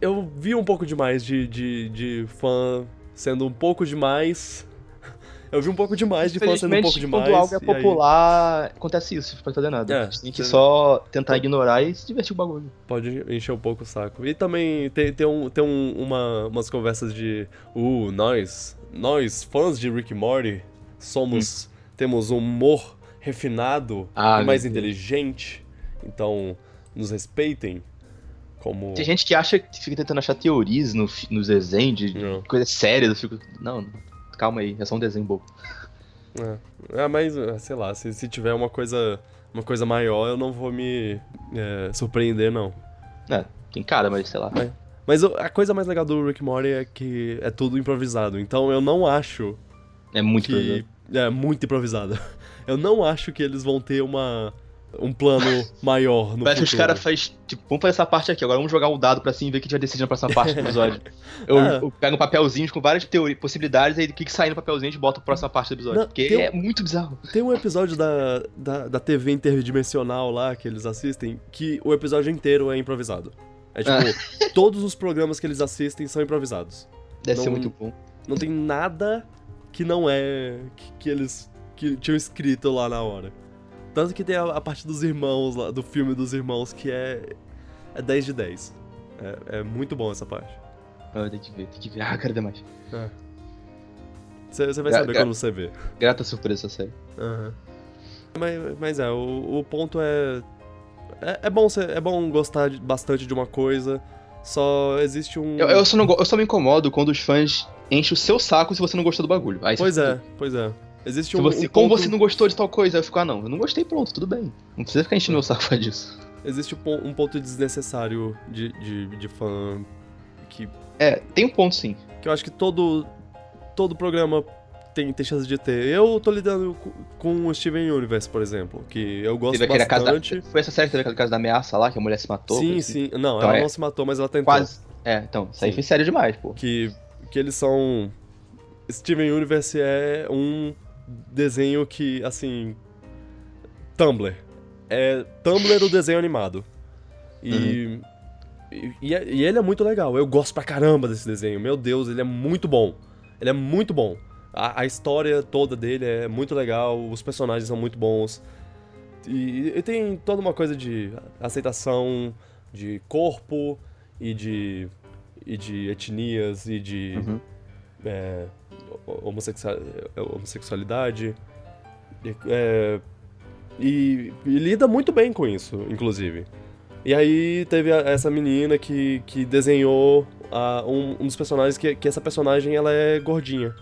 A: eu vi um pouco demais de, de, de fã sendo um pouco demais. Eu vi um pouco demais de fã sendo um
B: Infelizmente,
A: pouco demais.
B: quando algo é
A: e aí-
B: popular, acontece isso, não pode fazer nada.
A: É,
B: a gente tem que
A: você-
B: só tentar ignorar e se divertir com o bagulho.
A: Pode encher um pouco o saco. E também tem, tem, um, tem um- uma, umas conversas de. Uh, nós, nós, fãs de Rick and Morty, somos. Temos um humor refinado
B: Hum. Ah,
A: e É mais
B: meu Deus.
A: inteligente. Então, nos respeitem. Como.
B: Tem gente que acha que fica tentando achar teorias no, fi- nos desenhos, de
A: Não.
B: coisa séria, eu fico. Não, não, calma aí, é só um desenho bobo.
A: É, ah, mas, ah, sei lá, se, se tiver uma coisa. Uma coisa maior, eu não vou me é, surpreender, não.
B: É, tem cara, mas sei lá.
A: Mas o- a coisa mais legal do Rick and Morty é que é tudo improvisado. Então eu não acho
B: É muito
A: que
B: que...
A: é, muito improvisada. Eu não acho que eles vão ter uma, um plano maior no
B: Parece que os
A: futuro.
B: caras fazem. Tipo, vamos fazer essa parte aqui, agora vamos jogar o dado pra cima e ver o que a gente vai decidir na próxima parte do episódio. Eu,
A: É.
B: eu pego papelzinhos com várias teori- possibilidades, aí o que, que sair no papelzinho a gente bota pra próxima parte do episódio.
A: Não,
B: porque
A: tem um-
B: é muito bizarro.
A: Tem um episódio da, da, da TV interdimensional lá que eles assistem que o episódio inteiro é improvisado. É tipo,
B: Ah.
A: todos os programas que eles assistem são improvisados.
B: Deve ser
A: Não-
B: muito bom.
A: Não tem nada que não é. que, que eles que tinham escrito lá na hora. Tanto que tem a, a parte dos irmãos lá, do filme dos irmãos, que é. é 10 de 10. É, é muito bom essa parte.
B: Ah, tem que ver, tem que ver. Ah, cara, demais.
A: Você você vai
B: Ga-
A: saber
B: ga-
A: quando você vê.
B: Grata surpresa essa série.
A: Aham. Mas, mas é, o, o ponto é. É, é bom ser- é bom gostar de- bastante de uma coisa, só existe um.
B: Eu, eu só não, go- eu só me incomodo quando os fãs enchem o seu saco se você não gostou do bagulho. Aí,
A: Pois
B: se-
A: é, pois é. Existe
B: Se
A: um.
B: você,
A: um
B: como
A: ponto-
B: você não gostou de tal coisa, eu fico, ah não, eu não gostei, pronto, tudo bem. Não precisa ficar enchendo meu saco pra disso.
A: Existe um, pon- um ponto desnecessário de, de, de fã. Que,
B: É, tem um ponto sim.
A: que eu acho que todo. Todo programa tem, tem chance de ter. Eu tô lidando co- com o Steven Universe, por exemplo, que eu gosto
B: Teve aquele caso da,
A: bastante.
B: Foi essa série que teve aquele caso da ameaça lá, que a mulher se matou.
A: Sim,
B: coisa assim?
A: sim. Não,
B: Então
A: ela
B: é-
A: não se matou, mas ela tentou.
B: Quase. É, então, isso aí
A: Sim.
B: foi sério demais, pô.
A: que, que eles são. Steven Universe é um desenho que, assim. Tumblr. É Tumblr o desenho animado. E. E, e é- e ele é muito legal. Eu gosto pra caramba desse desenho. Meu Deus, ele é muito bom. Ele é muito bom. A, a história toda dele é muito legal. Os personagens são muito bons. E, e tem toda uma coisa de aceitação de corpo e de, e de etnias e de
B: Uhum.
A: é, ho- homossexua- é, homossexualidade. E, é, e- e lida muito bem com isso, inclusive. E aí teve a- essa menina que, que desenhou a- um, um dos personagens, que, que essa personagem ela é gordinha.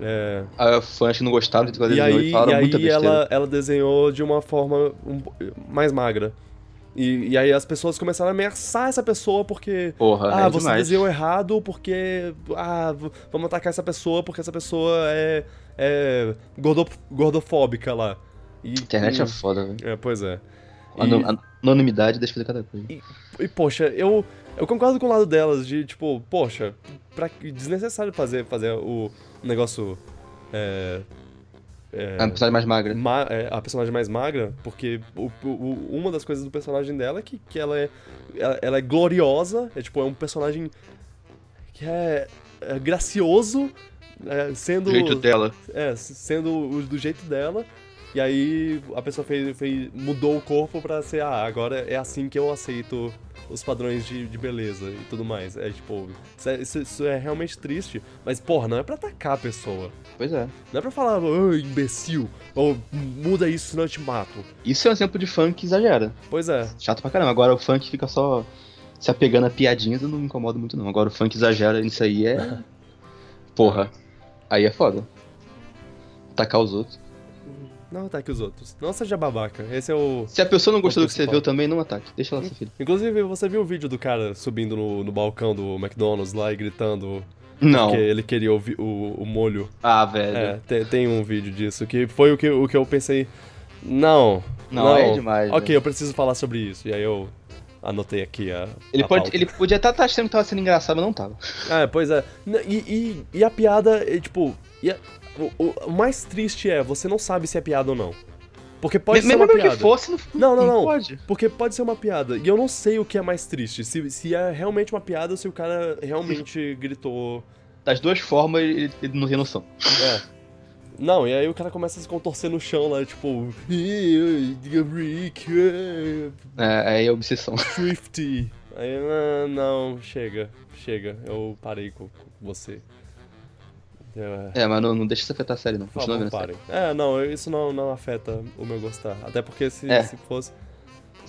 A: É,
B: Ah, fãs que não gostaram de
A: e
B: fazer
A: aí,
B: falaram
A: e
B: muita
A: aí
B: besteira.
A: ela, ela desenhou de uma forma um po- mais magra. E, e aí as pessoas começaram a ameaçar essa pessoa porque.
B: Porra,
A: Ah,
B: é
A: você
B: demais.
A: desenhou errado porque. Ah, v- vamos atacar essa pessoa porque essa pessoa é. é gordo, gordofóbica lá. E,
B: Internet
A: e-
B: é foda, velho.
A: é, pois é. E-
B: Ano- an- Anonimidade deixa fazer cada coisa.
A: e poxa, eu, eu concordo com o lado delas de tipo, poxa, pra, que- desnecessário fazer, fazer o negócio. É,
B: É uma personagem mais magra.
A: ma- é, a personagem mais magra, porque o- o- o- uma das coisas do personagem dela é que, que ela, é, ela, ela é gloriosa, é tipo, é um personagem que é, é gracioso, é, sendo.
B: Do jeito dela.
A: É, s- sendo o- do jeito dela. E aí a pessoa fez, fez- mudou o corpo pra ser, ah, agora é assim que eu aceito os padrões de, de beleza e tudo mais. É tipo, isso é, isso- isso é realmente triste, mas porra, não é pra atacar a pessoa.
B: Pois é.
A: Não é pra falar, ô imbecil, ou muda isso, senão eu te mato.
B: Isso é um exemplo de fã que exagera.
A: Pois é,
B: Chato pra caramba. Agora o fã que fica só se apegando a piadinhas, eu não me incomodo muito, não. Agora o fã que exagera nisso aí é. Porra. Aí é foda. Atacar os outros.
A: não ataque os outros. Não seja babaca, esse é o.
B: Se a pessoa não gostou
A: O
B: do que você
A: principal.
B: viu também, não ataque. Deixa ela ser filha.
A: Inclusive, você viu o vídeo do cara subindo no, no balcão do McDonald's lá e gritando
B: Não.
A: que ele queria o, vi- o, o molho.
B: Ah, velho.
A: É, te- tem, um vídeo disso, que foi o que, o que eu pensei. Não.
B: Não, é demais.
A: Ok,
B: velho.
A: eu preciso falar sobre isso. E aí eu anotei aqui a.
B: Ele,
A: a
B: pode,
A: pauta.
B: ele podia estar achando que tava sendo engraçado, mas não tava.
A: É, pois é. N- E, e, e a piada, é, tipo. e a- o, o- o mais triste é, você não sabe se é piada ou não. Porque pode
B: Me-
A: ser uma
B: mesmo
A: piada.
B: que fosse,
A: Não,
B: não,
A: não, não.
B: pode.
A: Porque pode ser uma piada. E eu não sei o que é mais triste. Se, se é realmente uma piada ou se o cara realmente gritou.
B: Das duas formas, ele, ele não tem noção.
A: É. Não, e aí o cara começa a se contorcer no chão lá, tipo. "Ih, Rick, eh,
B: É, aí é obsessão.
A: Swifty. Aí, ah, não, chega, chega. Eu parei com com você. É.
B: É, mas não, não deixa isso afetar a série, não.
A: Por
B: Continua
A: favor,
B: vendo a série.
A: parem. É, não, eu- isso não, não afeta o meu gostar. Até porque se,
B: É.
A: se fosse.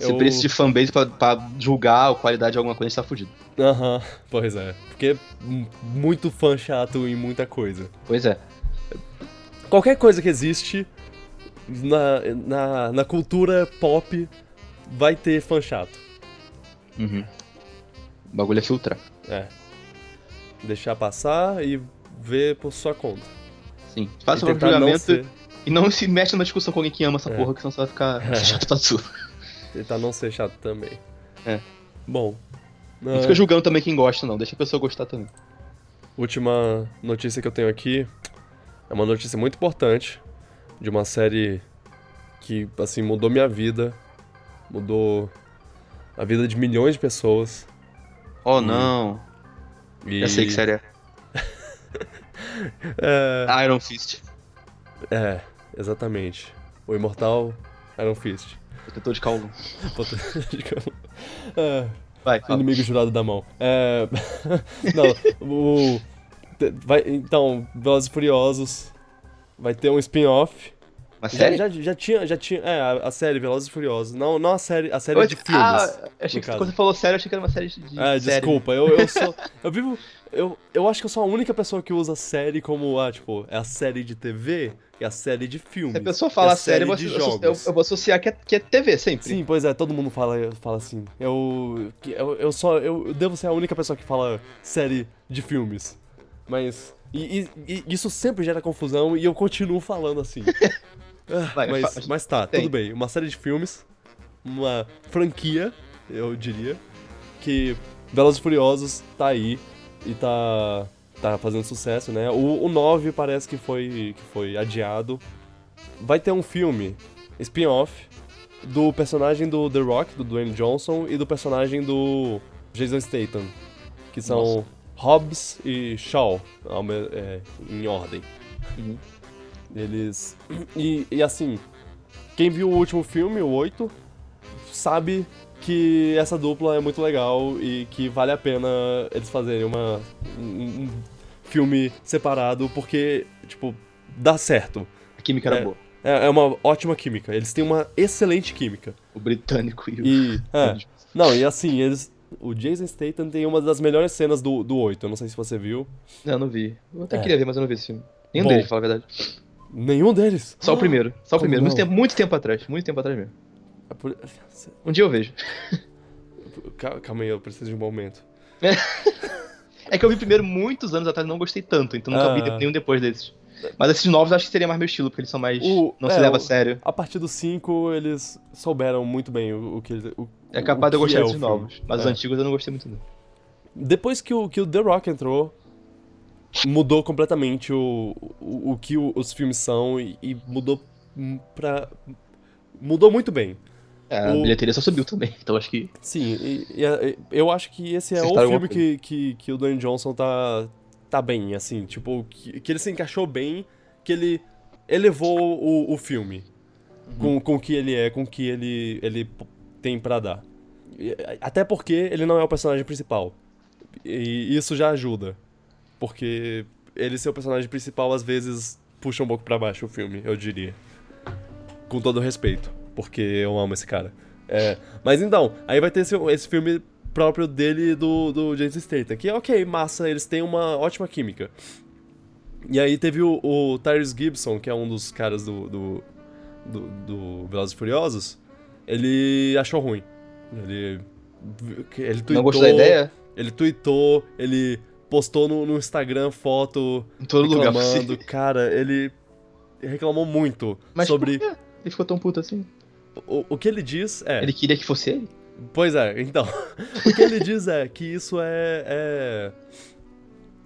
B: Esse preço de fanbase pra, pra julgar a qualidade de alguma coisa, a gente tá fudido.
A: Aham, pois é. Porque m- muito fã chato em muita coisa.
B: Pois é.
A: Qualquer coisa que existe na, na, na cultura pop vai ter fã chato.
B: Uhum. O bagulho é filtrar.
A: É. Deixar passar e ver por sua conta.
B: Sim. Faça o
A: tentar não
B: julgamento
A: ser,
B: e não se mexa na discussão com alguém que ama essa
A: É.
B: porra, que senão você vai ficar chato pra sua.
A: tentar não ser chato também.
B: É.
A: Bom.
B: Não
A: ah,
B: fica julgando também quem gosta, não. Deixa a pessoa gostar também.
A: Última notícia que eu tenho aqui é uma notícia muito importante de uma série que assim mudou minha vida, mudou a vida de milhões de pessoas.
B: Oh,
A: Hum.
B: não.
A: E,
B: Eu sei que série é.
A: É,
B: Iron Fist.
A: é, exatamente. O imortal Iron Fist.
B: Protetor de Kowloon.
A: Puta, digamos. É,
B: Vai, fala.
A: inimigo jurado da mão. É, não, o te- vai- então Velozes e Furiosos vai ter um spin-off.
B: Mas
A: Já,
B: sério?
A: já- já tinha, já tinha. É, a, a série Velozes e Furiosos. Não, não a série, a série
B: Eu
A: de
B: achei-
A: filmes.
B: Ah, eu achei
A: no
B: que
A: caso.
B: quando você falou sério, eu achei que era uma série de. de
A: ah,
B: série.
A: desculpa, eu, eu sou. Eu vivo. Eu, eu acho que eu sou a única pessoa que usa série como, ah, tipo, é a série de TV e a série de filmes.
B: Se a pessoa falar
A: e a É série
B: sério, eu, vou-
A: de
B: eu-
A: jogos.
B: eu- eu vou associar que é, que é TV sempre.
A: Sim, pois é, todo mundo fala, fala assim. Eu, que- eu. Eu só. Eu devo ser a única pessoa que fala série de filmes. Mas. E, e- e isso sempre gera confusão e eu continuo falando assim. Ah,
B: Vai,
A: mas,
B: fa-
A: mas tá,
B: tem.
A: tudo bem. Uma série de filmes, uma franquia, eu diria, que Velozes e Furiosos tá aí e tá. tá fazendo sucesso, né? O, o 9 parece que foi, que foi adiado. Vai ter um filme, spin-off, do personagem do The Rock, do Dwayne Johnson, e do personagem do Jason Statham, que são
B: Nossa.
A: Hobbs e Shaw, ao me- é, em ordem.
B: Uhum.
A: Eles. E, e assim, quem viu o último filme, o 8, sabe que essa dupla é muito legal e que vale a pena eles fazerem uma, um, um filme separado, porque, tipo, dá certo.
B: A química era
A: É.
B: boa.
A: É, é uma ótima química. Eles têm uma excelente química.
B: O britânico e o.
A: E. é, não, e assim, eles. O Jason Statham tem uma das melhores cenas do, do 8. Eu não sei se você viu.
B: Não, eu não vi. Eu até
A: É.
B: queria ver, mas eu não vi esse filme. Nenhum
A: Bom.
B: deles, pra falar a verdade.
A: Nenhum deles.
B: Só o primeiro. Só o
A: Como
B: primeiro. Muito
A: não?
B: tempo, muito tempo atrás. Muito tempo atrás mesmo.
A: É por-
B: Um dia eu vejo.
A: Cal- Calma aí, eu preciso de um momento.
B: É que eu vi primeiro muitos anos atrás e não gostei tanto, então nunca
A: Ah.
B: vi nenhum depois desses. Mas esses novos eu acho que seria mais meu estilo, porque eles são mais.
A: O-
B: não
A: é,
B: se leva a
A: o-
B: sério.
A: A partir do 5, eles souberam muito bem o, o que eles. o-
B: É capaz de eu
A: o que
B: gostar
A: é o filme.
B: desses novos. Mas os
A: É.
B: antigos eu não gostei muito, não.
A: Depois que o, que o The Rock entrou, mudou completamente o, o, o que o- os filmes são e, e mudou hum, pra. Mudou muito bem.
B: É, a
A: O-
B: bilheteria só subiu também, então acho que.
A: Sim, e- e a- e- eu acho que esse é
B: Vocês
A: o
B: fizeram
A: filme
B: alguma
A: que, que, que o Dwayne Johnson tá, tá bem, assim, tipo, que, que ele se encaixou bem, que ele elevou o, o filme com, com o que ele é, com o que ele, ele p- tem pra dar. E, a- Até porque ele não é o personagem principal. E isso já ajuda. Porque ele ser o personagem principal às vezes puxa um pouco pra baixo o filme, eu diria. Com todo respeito, porque eu amo esse cara. É, mas então, aí vai ter esse, esse filme próprio dele e do, do Jason Statham, que é ok, massa, eles têm uma ótima química. E aí teve o, o Tyrese Gibson, que é um dos caras do, do, do, do Velozes e Furiosos, ele achou ruim. Ele, ele tweetou...
B: não gostou da ideia?
A: Ele tweetou, ele postou no, no Instagram foto
B: Em todo lugar assim.
A: reclamando.
B: possível.
A: Cara, ele reclamou muito
B: Mas
A: sobre.
B: por quê? Ele ficou tão puto assim.
A: O, o que ele diz é.
B: Ele queria que fosse ele?
A: Pois é, então. o que ele diz é que isso é. é-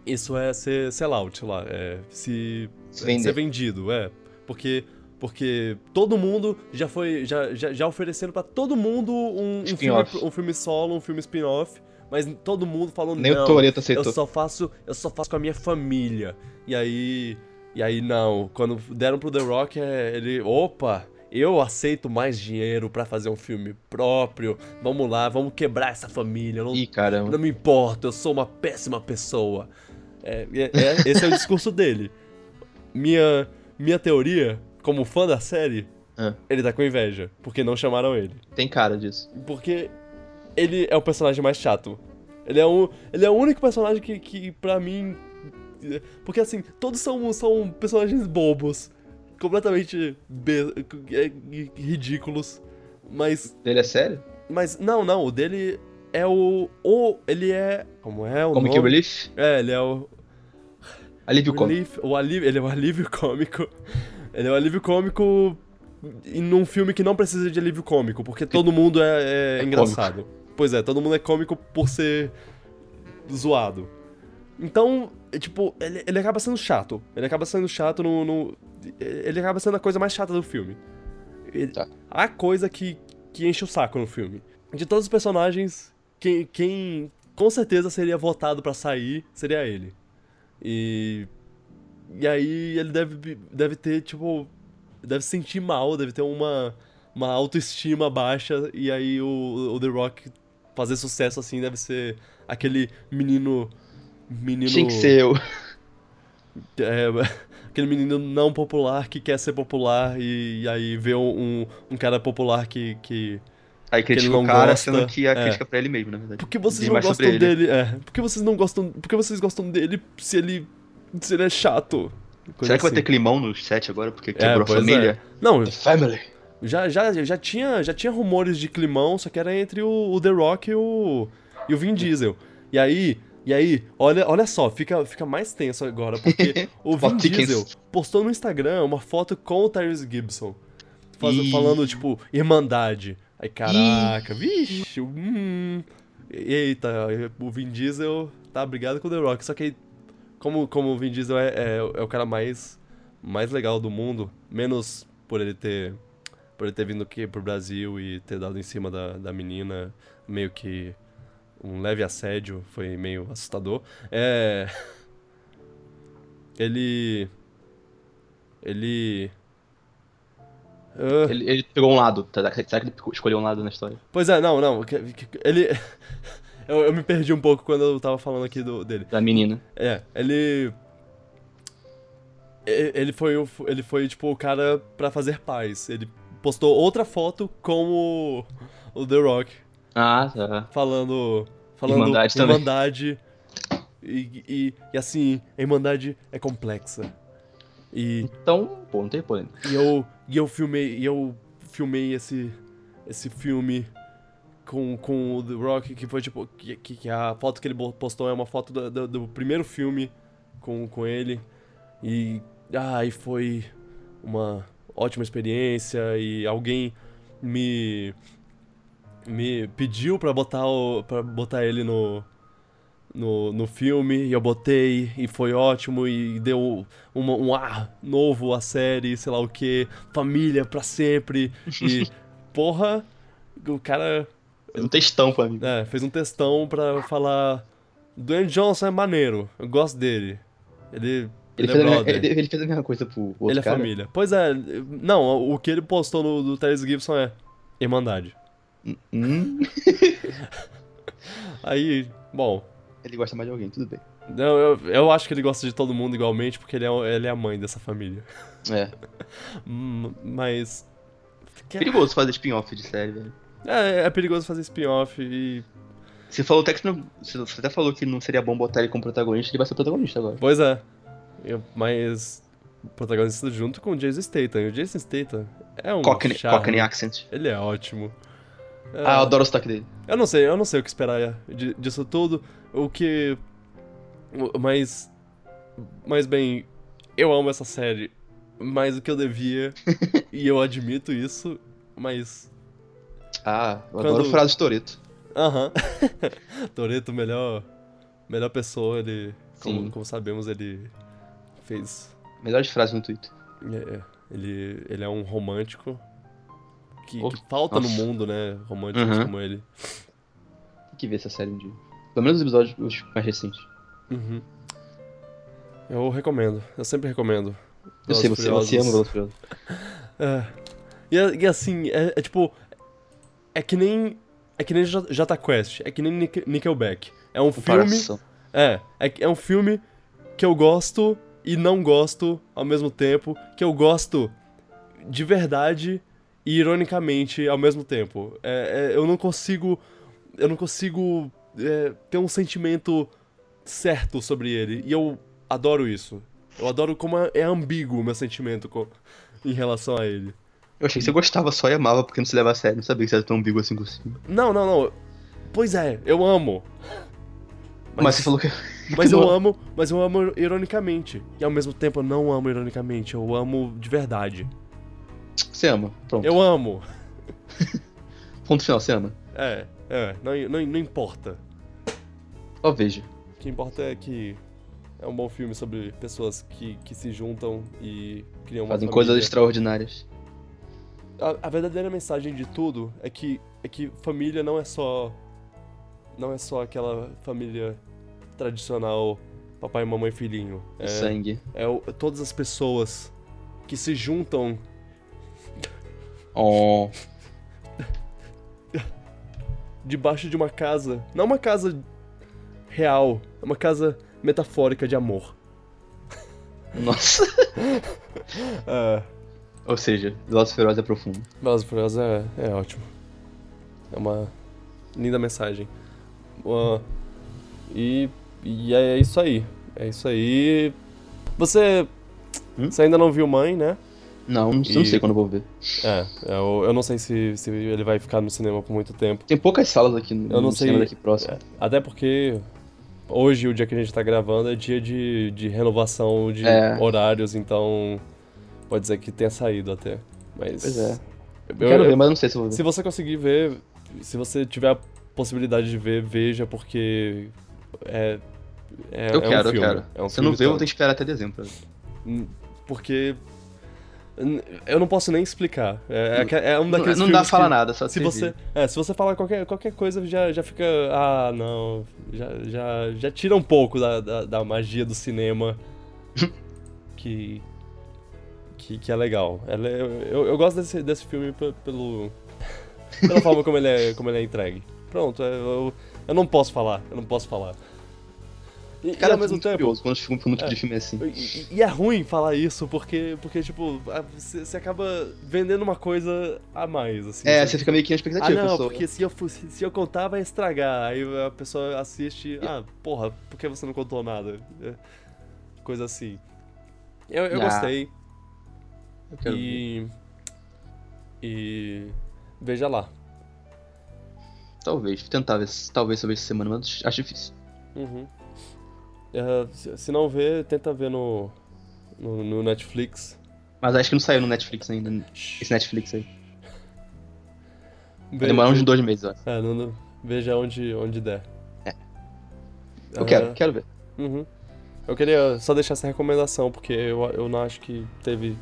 A: Isso é ser sellout lá. É se
B: Se
A: ser
B: vender.
A: vendido, é. Porque. Porque todo mundo já foi. Já, já, já oferecendo pra todo mundo um, um, filme,
B: Spin-off.
A: um filme solo, um filme spin-off, mas todo mundo falou
B: Nem
A: não.
B: o Toreto
A: Eu
B: aceitou.
A: só faço, eu só faço com a minha família. E aí, e aí não, quando deram pro The Rock, é, ele, opa, eu aceito mais dinheiro pra fazer um filme próprio. Vamos lá, vamos quebrar essa família. eu Não,
B: Ih, caramba.
A: não me importa, eu sou uma péssima pessoa. É, é- é- esse é o discurso dele. Minha, minha teoria, como fã da série,
B: Ah.
A: ele tá com inveja, porque não chamaram ele.
B: Tem cara disso.
A: Porque ele é o personagem mais chato. Ele é, um, ele é o único personagem que, que pra mim. é, Porque assim, todos são, são personagens bobos, completamente be- é, é, ridículos. Mas.
B: Ele é sério?
A: Mas. Não, não, o dele é o. o ele é. Como é o
B: Como
A: nome?
B: que Relief?
A: É, ele é o.
B: Alívio cômico.
A: Relief- o alívio, ele é um alívio cômico. Ele é um alívio cômico em um filme que não precisa de alívio cômico, porque todo mundo é, é
B: É
A: engraçado. Pois é, todo mundo é cômico por ser zoado. Então, é, tipo, ele, ele acaba sendo chato. Ele acaba sendo chato no, no- Ele acaba sendo a coisa mais chata do filme. Ele-
B: Tá.
A: A coisa que, que enche o saco no filme. De todos os personagens, quem, quem com certeza seria votado pra sair seria ele. E. E aí ele deve, deve ter, tipo. Deve se sentir mal, deve ter uma, uma autoestima baixa. E aí o, o The Rock fazer sucesso assim deve ser aquele menino. Menino.
B: Tinha que ser eu.
A: É, aquele menino não popular que quer ser popular e, e aí vê um, um cara popular que. que
B: Aí critica
A: não
B: o cara,
A: gosta,
B: sendo que a
A: é.
B: crítica pra ele mesmo, na verdade.
A: por que vocês
B: Diz
A: não
B: mais sobre
A: gostam
B: ele.
A: dele? É, por que vocês não gostam. Por que vocês gostam dele se ele. se ele é chato? Coisa
B: Será que vai
A: assim. É,
B: ter climão no set agora? Porque quebrou a
A: pois
B: família?
A: Não,
B: Family.
A: já, já, já, tinha, já tinha rumores de climão, só que era entre o, o The Rock e o, e o Vin Diesel. E aí, e aí olha, olha só, fica, fica mais tenso agora, porque o Vin
B: Ó, Dickens.
A: Diesel postou no Instagram uma foto com o Tyrese Gibson, faz-
B: Ih.
A: falando, tipo, Irmandade. Aí, caraca, vixe, hum... Eita, o Vin Diesel tá brigado com o The Rock, só que aí, como, como o Vin Diesel é, é, é o cara mais, mais legal do mundo, menos por ele ter por ele ter vindo aqui pro Brasil e ter dado em cima da, da menina, meio que um leve assédio, foi meio assustador. É. Ele. Ele. Ah,
B: Ele, ele pegou um lado. Será que será que ele escolheu um lado na história?
A: Pois é, não, não. que- que- Ele. Eu, eu me perdi um pouco quando eu tava falando aqui do, dele.
B: Da menina.
A: É, ele. e- Ele foi, o- ele foi, tipo, o cara pra fazer paz. Ele postou outra foto com o, o The Rock
B: Ah, tá.
A: falando. falando
B: Irmandade também.
A: Irmandade. E, e, e assim, a Irmandade é complexa. E,
B: Então, pô, não tem polêmica.
A: e eu, e eu filmei, e eu filmei esse, esse filme com, com o The Rock, que foi tipo, que, que- que a foto que ele bo- postou é uma foto do, do- do primeiro filme com, com ele. E, ah, e foi uma ótima experiência e alguém me me pediu pra botar o para botar ele no no, no filme, e eu botei, e foi ótimo, e deu uma- um ar novo à série, sei lá o que, família pra sempre, e porra, o cara
B: Não tem estampa, amigo.
A: é, fez um textão pra falar, Dwayne Johnson é maneiro, eu gosto dele, ele, é
B: Ele, fez a, mesma-
A: brother."
B: ele- ele fez a mesma coisa pro outro
A: Ele é
B: cara.
A: família. Pois é, não, o que ele postou no do Terence Gibson é Irmandade.
B: Hum,
A: Aí, bom,
B: ele gosta mais de alguém, tudo bem.
A: eu, eu, eu acho que ele gosta de todo mundo igualmente, porque ele é, o- ele é a mãe dessa família.
B: É.
A: Hum, Mas.
B: Perigoso fazer spin-off de série, velho.
A: É, é perigoso fazer spin-off e.
B: Você falou até que não. Você você até falou que não seria bom botar ele como protagonista, ele vai ser o protagonista agora.
A: Pois é. Eu- mas. O protagonista junto com o Jason Statham. E o Jason Statham é um.
B: Cockney,
A: charme.
B: Cockney Accent.
A: Ele é ótimo. É,
B: Ah, eu adoro o sotaque dele.
A: Eu não sei, eu não sei o que esperar de- disso tudo. O que. o- Mas. Mas bem, eu amo essa série mais do que eu devia. e eu admito isso, mas.
B: Ah, eu
A: Quando-
B: adoro o Furado de Toreto.
A: Aham. Toreto, melhor. Melhor pessoa, ele. Como,
B: Sim.
A: como sabemos, ele. Fez.
B: Melhores frases no Twitter.
A: é, é, ele, ele é um romântico. Que,
B: Oh,
A: que falta no
B: nossa.
A: mundo, né? Românticos
B: Uhum.
A: como ele.
B: Tem que ver essa série um dia. Pelo menos os episódios os mais recentes.
A: Uhum. Eu recomendo, eu sempre recomendo.
B: Eu assim, sei, você, você ama o Velozes e Furiosos.
A: É. E, a- e assim, é, é tipo. É que nem. É que nem J- Jota Quest, é que nem Nic- Nickelback. É um filme.
B: Comparação.
A: É, é, que- é um filme que eu gosto e não gosto ao mesmo tempo, que eu gosto de verdade e ironicamente ao mesmo tempo. É, é, eu não consigo. Eu não consigo é, ter um sentimento certo sobre ele. E eu adoro isso. Eu adoro como é, é ambíguo o meu sentimento co- em relação a ele.
B: Eu achei que você gostava só e amava porque não se leva a sério. Não sabia que você era tão ambíguo assim consigo.
A: Não, não, não. Pois é, eu amo.
B: Mas, você falou que.
A: Mas
B: que
A: eu
B: não-
A: amo, mas eu amo ironicamente. E ao mesmo tempo eu não amo ironicamente, eu amo de verdade.
B: Você ama. Pronto.
A: Eu amo.
B: Ponto final, você ama.
A: É, é, não, não, não importa.
B: Ó, veja.
A: O que importa é que é um bom filme sobre pessoas que, que se juntam e criam uma
B: Fazem
A: família.
B: coisas extraordinárias.
A: A, a verdadeira mensagem de tudo é que é que família não é só não é só aquela família tradicional papai, mamãe, filhinho.
B: É.
A: É,
B: Sangue.
A: é o- todas as pessoas que se juntam
B: Oh.
A: debaixo de uma casa, não uma casa real, é uma casa metafórica de amor.
B: Nossa.
A: É,
B: Ou seja, Velozes e Feroz é profundo.
A: Velozes e Furiosos é, é ótimo. É uma linda mensagem. Uma- e, e é isso aí. É isso aí. Você.
B: Hum?
A: Você ainda não viu Mãe, né?
B: Não, não, não
A: E-
B: sei quando eu vou ver.
A: É, eu, eu não sei se, se ele vai ficar no cinema por muito tempo.
B: Tem poucas salas aqui no,
A: Eu não
B: no cinema
A: sei- É.
B: daqui próximo.
A: Até porque hoje, o dia que a gente tá gravando, é dia de, de renovação de
B: É.
A: horários, então pode dizer que tenha saído até. Mas.
B: Pois é.
A: Eu,
B: Eu quero
A: eu-
B: ver, mas não sei se eu vou ver.
A: Se você conseguir ver, se você tiver a possibilidade de ver, veja, porque é. é
B: eu
A: é um
B: quero, eu
A: filme.
B: quero.
A: É um
B: se eu
A: filme
B: não ver, eu vou
A: tanto.
B: ter que esperar até dezembro.
A: N- Porque. n- Eu não posso nem explicar. É, é aque- é um
B: Não,
A: daqueles
B: não dá pra
A: filmes
B: falar
A: que,
B: nada, só
A: Se
B: servir.
A: você, é, se você falar qualquer, qualquer coisa, já, já fica. Ah, não. Já, já, já tira um pouco da, da, da magia do cinema. que, que. que é legal. Ela é- eu, eu gosto desse, desse filme pe- pelo. pela forma como ele é, como ele é entregue. Pronto, é, eu, eu não posso falar. Eu não posso falar. E, e
B: Cara,
A: ao
B: eu fico
A: mesmo
B: muito
A: tempo.
B: curioso quando fico um tipo de filme é assim.
A: E, e é ruim falar isso, porque, porque tipo, a- você você acaba vendendo uma coisa a mais, assim.
B: É,
A: sabe?
B: você fica meio que na
A: Ah,
B: expectativa,
A: não,
B: pessoa.
A: porque se eu, fu- se, se eu contar vai estragar. Aí a pessoa assiste, ah, porra, por que você não contou nada? É, Coisa assim. Eu, eu
B: Ah,
A: gostei
B: Eu quero ver.
A: e. E. Veja lá.
B: Talvez, vou tentar ver, se- talvez sobre essa semana, mas acho difícil.
A: Uhum. É, se, se não vê, tenta ver no, no, no Netflix.
B: Mas acho que não saiu no Netflix ainda, esse Netflix aí.
A: Veja-
B: Vai demorar uns dois meses, eu acho.
A: é, não- não- veja onde, onde der.
B: Eu
A: Ah,
B: É. quero, quero ver.
A: Uhum. Eu queria só deixar essa recomendação, porque eu, eu não acho que teve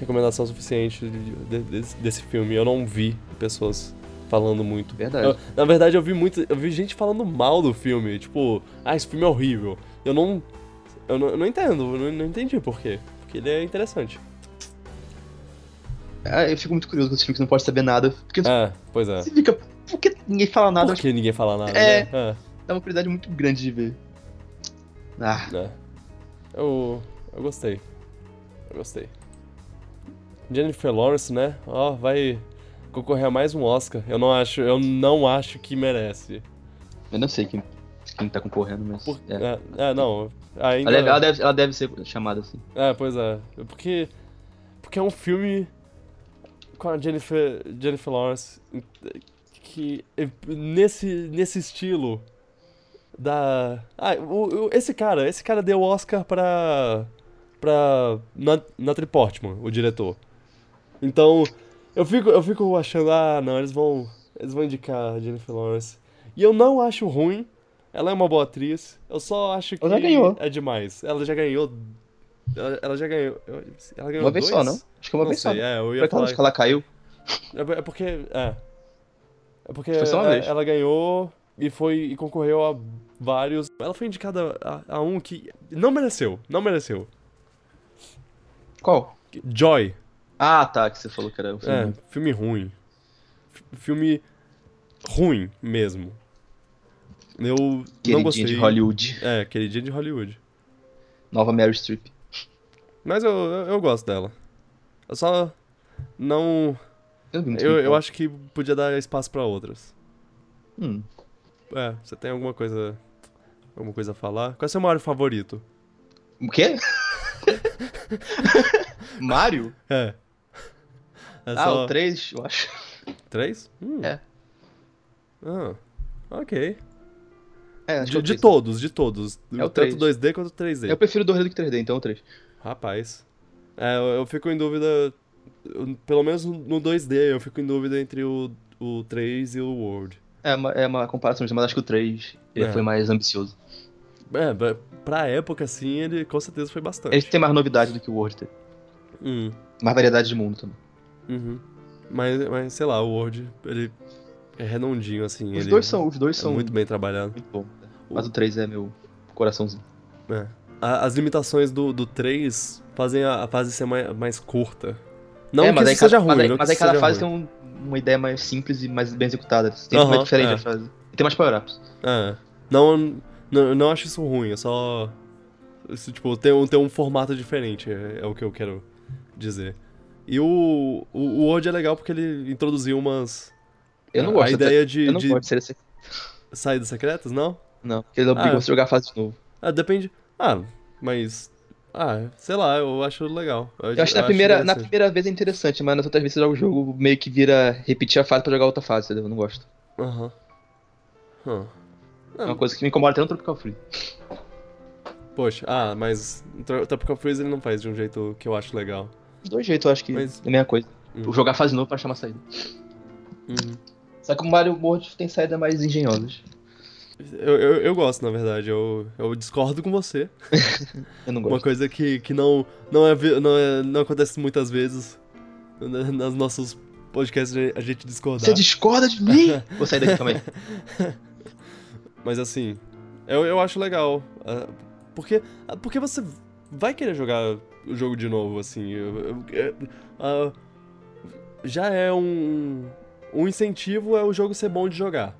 A: recomendação suficiente de- de- desse, desse filme. Eu não vi pessoas falando muito.
B: Verdade.
A: Eu- na É verdade, eu vi muito. Eu vi gente falando mal do filme. Tipo, ah, esse filme é horrível. Eu não. Eu não, eu não entendo, eu não, não entendi por quê. Porque ele é interessante.
B: Ah, eu fico muito curioso com esse filme que não pode saber nada. Porque
A: É, pois é.
B: você fica. Por que ninguém fala nada?
A: Por que ninguém fala nada,
B: É.
A: né? É.
B: Acho que Dá uma curiosidade muito grande de ver. Ah,
A: né? Eu, eu gostei. Eu gostei. Jennifer Lawrence, né? Ó, vai concorrer a mais um Oscar. Eu não acho, eu não acho que merece.
B: eu não sei quem, quem tá concorrendo, mas.
A: Por-
B: é.
A: é, é, não. Ainda.
B: Ela, deve, ela, deve, ela deve ser chamada assim.
A: É, pois é. Porque porque é um filme com a Jennifer Jennifer Lawrence que é nesse nesse estilo da ah, o- o- esse cara, esse cara deu Oscar pra pra Nat- Natalie Portman, o diretor. Então, eu fico eu fico achando, ah, não, eles vão eles vão indicar a Jennifer Lawrence. E eu não acho ruim. Ela é uma boa atriz. Eu só acho que
B: Ela já ganhou.
A: é demais. Ela já ganhou ela, ela já ganhou. eu- Ela ganhou
B: Uma vez
A: dois?
B: só, não? Acho que uma
A: não
B: vez
A: sei,
B: só. né?
A: é, eu
B: Foi
A: ia
B: aquela
A: falar.
B: vez que ela caiu.
A: É, é porque. É. É porque
B: Foi só uma
A: é-
B: vez.
A: ela ganhou e foi e concorreu a vários. Ela foi indicada a, a um que. Não mereceu, não mereceu.
B: Qual?
A: Joy.
B: Ah, tá, que você falou que era
A: É,
B: o filme.
A: filme ruim. F- filme ruim mesmo. Eu não gostei.
B: Queridinha de Hollywood.
A: É, queridinha de Hollywood.
B: Nova Mary Streep.
A: Mas eu, eu, eu gosto dela. Eu só não.
B: Eu, vi muito
A: Eu,
B: filme
A: eu
B: dela.
A: acho que podia dar espaço pra outras.
B: Hum.
A: É, você tem alguma coisa. Alguma coisa a falar? Qual é o seu Mario favorito?
B: O quê? Mario?
A: É. É
B: ah,
A: só
B: o 3, eu acho.
A: três? Hum.
B: É.
A: Ah, ok.
B: É, acho
A: De,
B: que é o
A: de
B: três.
A: todos, de todos.
B: É o
A: Tanto
B: três.
A: 2D quanto 3D.
B: Eu prefiro 2D do que 3D, então é o 3.
A: Rapaz. É, eu, eu fico em dúvida. eu- Pelo menos no 2D, eu fico em dúvida entre o, o 3 e o World.
B: É uma, é uma comparação, mas acho que o 3 ele
A: É.
B: foi mais ambicioso.
A: É, ba- pra época, assim, ele com certeza foi bastante.
B: Ele tem mais novidade do que o World teve.
A: Hum,
B: Mais variedade de mundo também.
A: uhum. Mas, mas, sei lá, o World, ele é redondinho, assim.
B: Os
A: ele
B: dois são, os
A: é
B: dois são
A: muito bem trabalhado.
B: muito bom. Mas o 3 é meu coraçãozinho.
A: É. A- As limitações do, do 3 fazem a, a fase ser mais, mais curta. Não
B: é,
A: que isso
B: aí cada-
A: seja ruim,
B: mas aí,
A: não que
B: mas aí
A: isso
B: cada
A: seja
B: fase
A: ruim.
B: tem um- uma ideia mais simples e mais bem executada. Tem
A: Aham,
B: mais diferente
A: é.
B: a fase. E tem um mais power-ups.
A: É. Não, não, eu não acho isso ruim, é só. Isso, tipo, tem um, tem um formato diferente, é, é o que eu quero dizer. E o, o, o Word é legal porque ele introduziu umas. né,
B: Eu não
A: É, a-
B: gosto.
A: A ideia de,
B: eu não
A: de
B: gosto de ser esse.
A: saídas secretas, não?
B: Não, porque ele obriga
A: Ah.
B: você a jogar a fase de novo.
A: Ah, depende. Ah, mas. Ah, sei lá, eu acho legal.
B: Eu acho que na primeira, na
A: interessante.
B: primeira vez é interessante, mas nas outras vezes você joga o jogo meio que vira repetir a fase pra jogar outra fase, entendeu? Eu não gosto.
A: Aham. Hum.
B: É
A: Ah,
B: uma coisa que me incomoda até no Tropical Free.
A: Poxa, ah, mas o Tropical Freeze ele não faz de um jeito que eu acho legal.
B: Dos dois jeitos, eu acho que
A: Mas-
B: é a mesma coisa.
A: Hum.
B: Jogar fase de novo pra achar uma saída.
A: Uhum.
B: Só que o Mario World tem saídas mais engenhosas.
A: Eu, eu, eu gosto, na verdade. Eu, eu discordo com você.
B: Eu não
A: Uma
B: gosto.
A: coisa que, que não, não, é, vi- não, é- não acontece muitas vezes na- nas nossos podcasts a gente discordar.
B: Você discorda de mim? Vou sair daqui também. É
A: Mas assim, eu, eu acho legal. ah, Porque, ah, porque você vai querer jogar o jogo de novo, assim. eu- eu- eu- ah, já é um. Um incentivo é o jogo ser bom de jogar.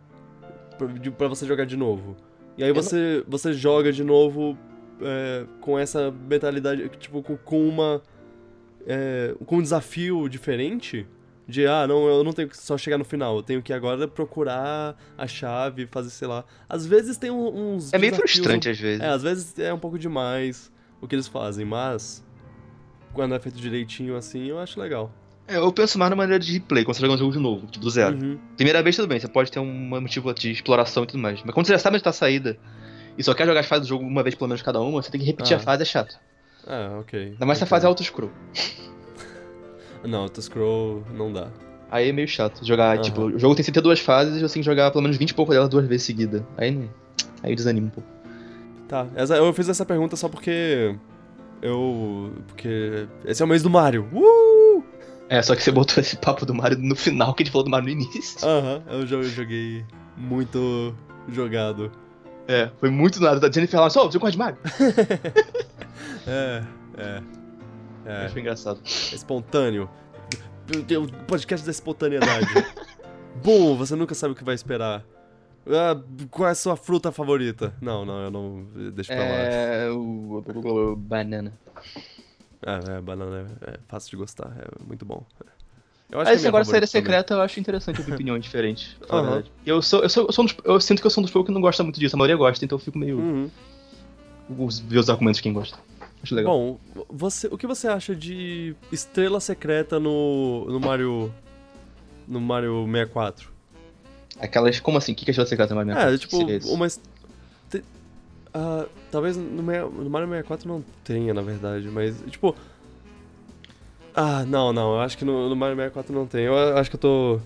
A: Pra, de- pra você jogar de novo. E aí
B: Eu não-
A: você, você joga de novo é, com essa mentalidade, tipo, com, com uma. é, com um desafio diferente. De, ah, não, eu não tenho que só chegar no final, eu tenho que agora procurar a chave, fazer, sei lá. Às vezes tem um- uns.
B: É
A: desafios
B: meio
A: um
B: frustrante às vezes.
A: é, às vezes é um pouco demais o que eles fazem, mas quando é feito direitinho assim, eu acho legal.
B: É, Eu penso mais na maneira de replay, quando você joga um jogo de novo, tipo, do zero.
A: Uhum.
B: Primeira vez, tudo bem, você pode ter um motivo de exploração e tudo mais. Mas quando você já sabe onde tá a saída, e só quer jogar as fases do jogo uma vez pelo menos cada uma, você tem que repetir
A: Ah.
B: a fase, é chato.
A: Ah, ok.
B: Ainda mais se a
A: Ok.
B: fase é auto-scroll.
A: Não, auto-scroll não dá.
B: Aí é meio chato jogar,
A: Aham.
B: tipo, o jogo tem 72 fases e você tem que jogar pelo menos 20 e pouco delas duas vezes seguida. Aí não. Aí desanima um pouco.
A: Tá, essa- eu fiz essa pergunta só porque. Eu. Porque. Esse é o mês do Mario. Uh!
B: É, só que você botou esse papo do Mario no final que a gente falou do Mario no início.
A: Aham, eu jo- eu joguei muito jogado.
B: É, foi muito nada. Da Jennifer falando, só, você gosta de Mario?
A: É, é.
B: Eu
A: É.
B: Achei engraçado.
A: Espontâneo. Tem um podcast da espontaneidade. Bom, você nunca sabe o que vai esperar. Ah, qual é a sua fruta favorita? Não, não, eu não. Deixa pra lá.
B: É. O. Banana.
A: É, é, banana é, é fácil de gostar, é muito bom. Eu
B: Mas esse
A: é minha
B: negócio de
A: favorita
B: saída
A: também.
B: secreta eu acho interessante ouvir opiniões diferentes. pra falar a
A: Aham.
B: é verdade. Eu sou, eu sou, eu sou um dos- eu sinto que eu sou um dos poucos que não gosta muito disso. A maioria gosta, então eu fico meio.
A: Uhum.
B: os- ver os argumentos de quem gosta. Acho legal.
A: Hum. Bom, você, o que você acha de estrela secreta no, no Mario. No Mario 64?
B: Aquelas. Como assim? O que que é estrela secreta mais
A: É, tipo, uma. es- te- ah, talvez no, mea- no Mario 64 não tenha, na verdade, mas. Tipo. Ah, não, não, eu acho que no, no Mario 64 não tem. Eu a- acho que eu tô.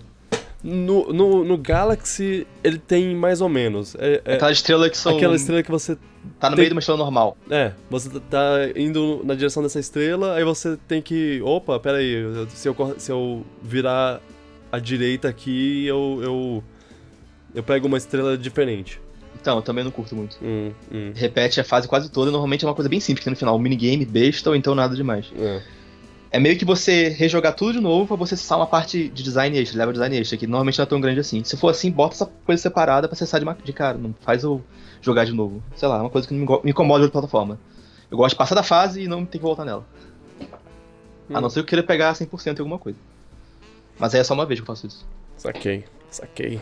A: No, no, no Galaxy ele tem mais ou menos. É, é
B: Aquela estrela que são.
A: aquela estrela que você
B: Tá no
A: tem-
B: meio de uma estrela normal.
A: É, você tá- tá indo na direção dessa estrela, aí você tem que. Opa, peraí, eu- se eu, cor- se eu virar à direita aqui, eu, eu. Eu pego uma estrela diferente.
B: Então, eu também não curto muito.
A: Hum, hum.
B: Repete a fase quase toda, e normalmente é uma coisa bem simples, que tem no final um minigame besta ou então nada demais.
A: É.
B: É meio que você rejogar tudo de novo pra você acessar uma parte de design extra, level design extra, que normalmente não é tão grande assim. Se for assim, bota essa coisa separada pra acessar de, uma, de cara, não faz eu jogar de novo. Sei lá, é uma coisa que não me, go- me incomoda de outra plataforma. Eu gosto de passar da fase e não ter que voltar nela. A
A: Hum.
B: não ser que eu queira pegar 100% em alguma coisa. Mas aí é só uma vez que eu faço isso.
A: Saquei, saquei.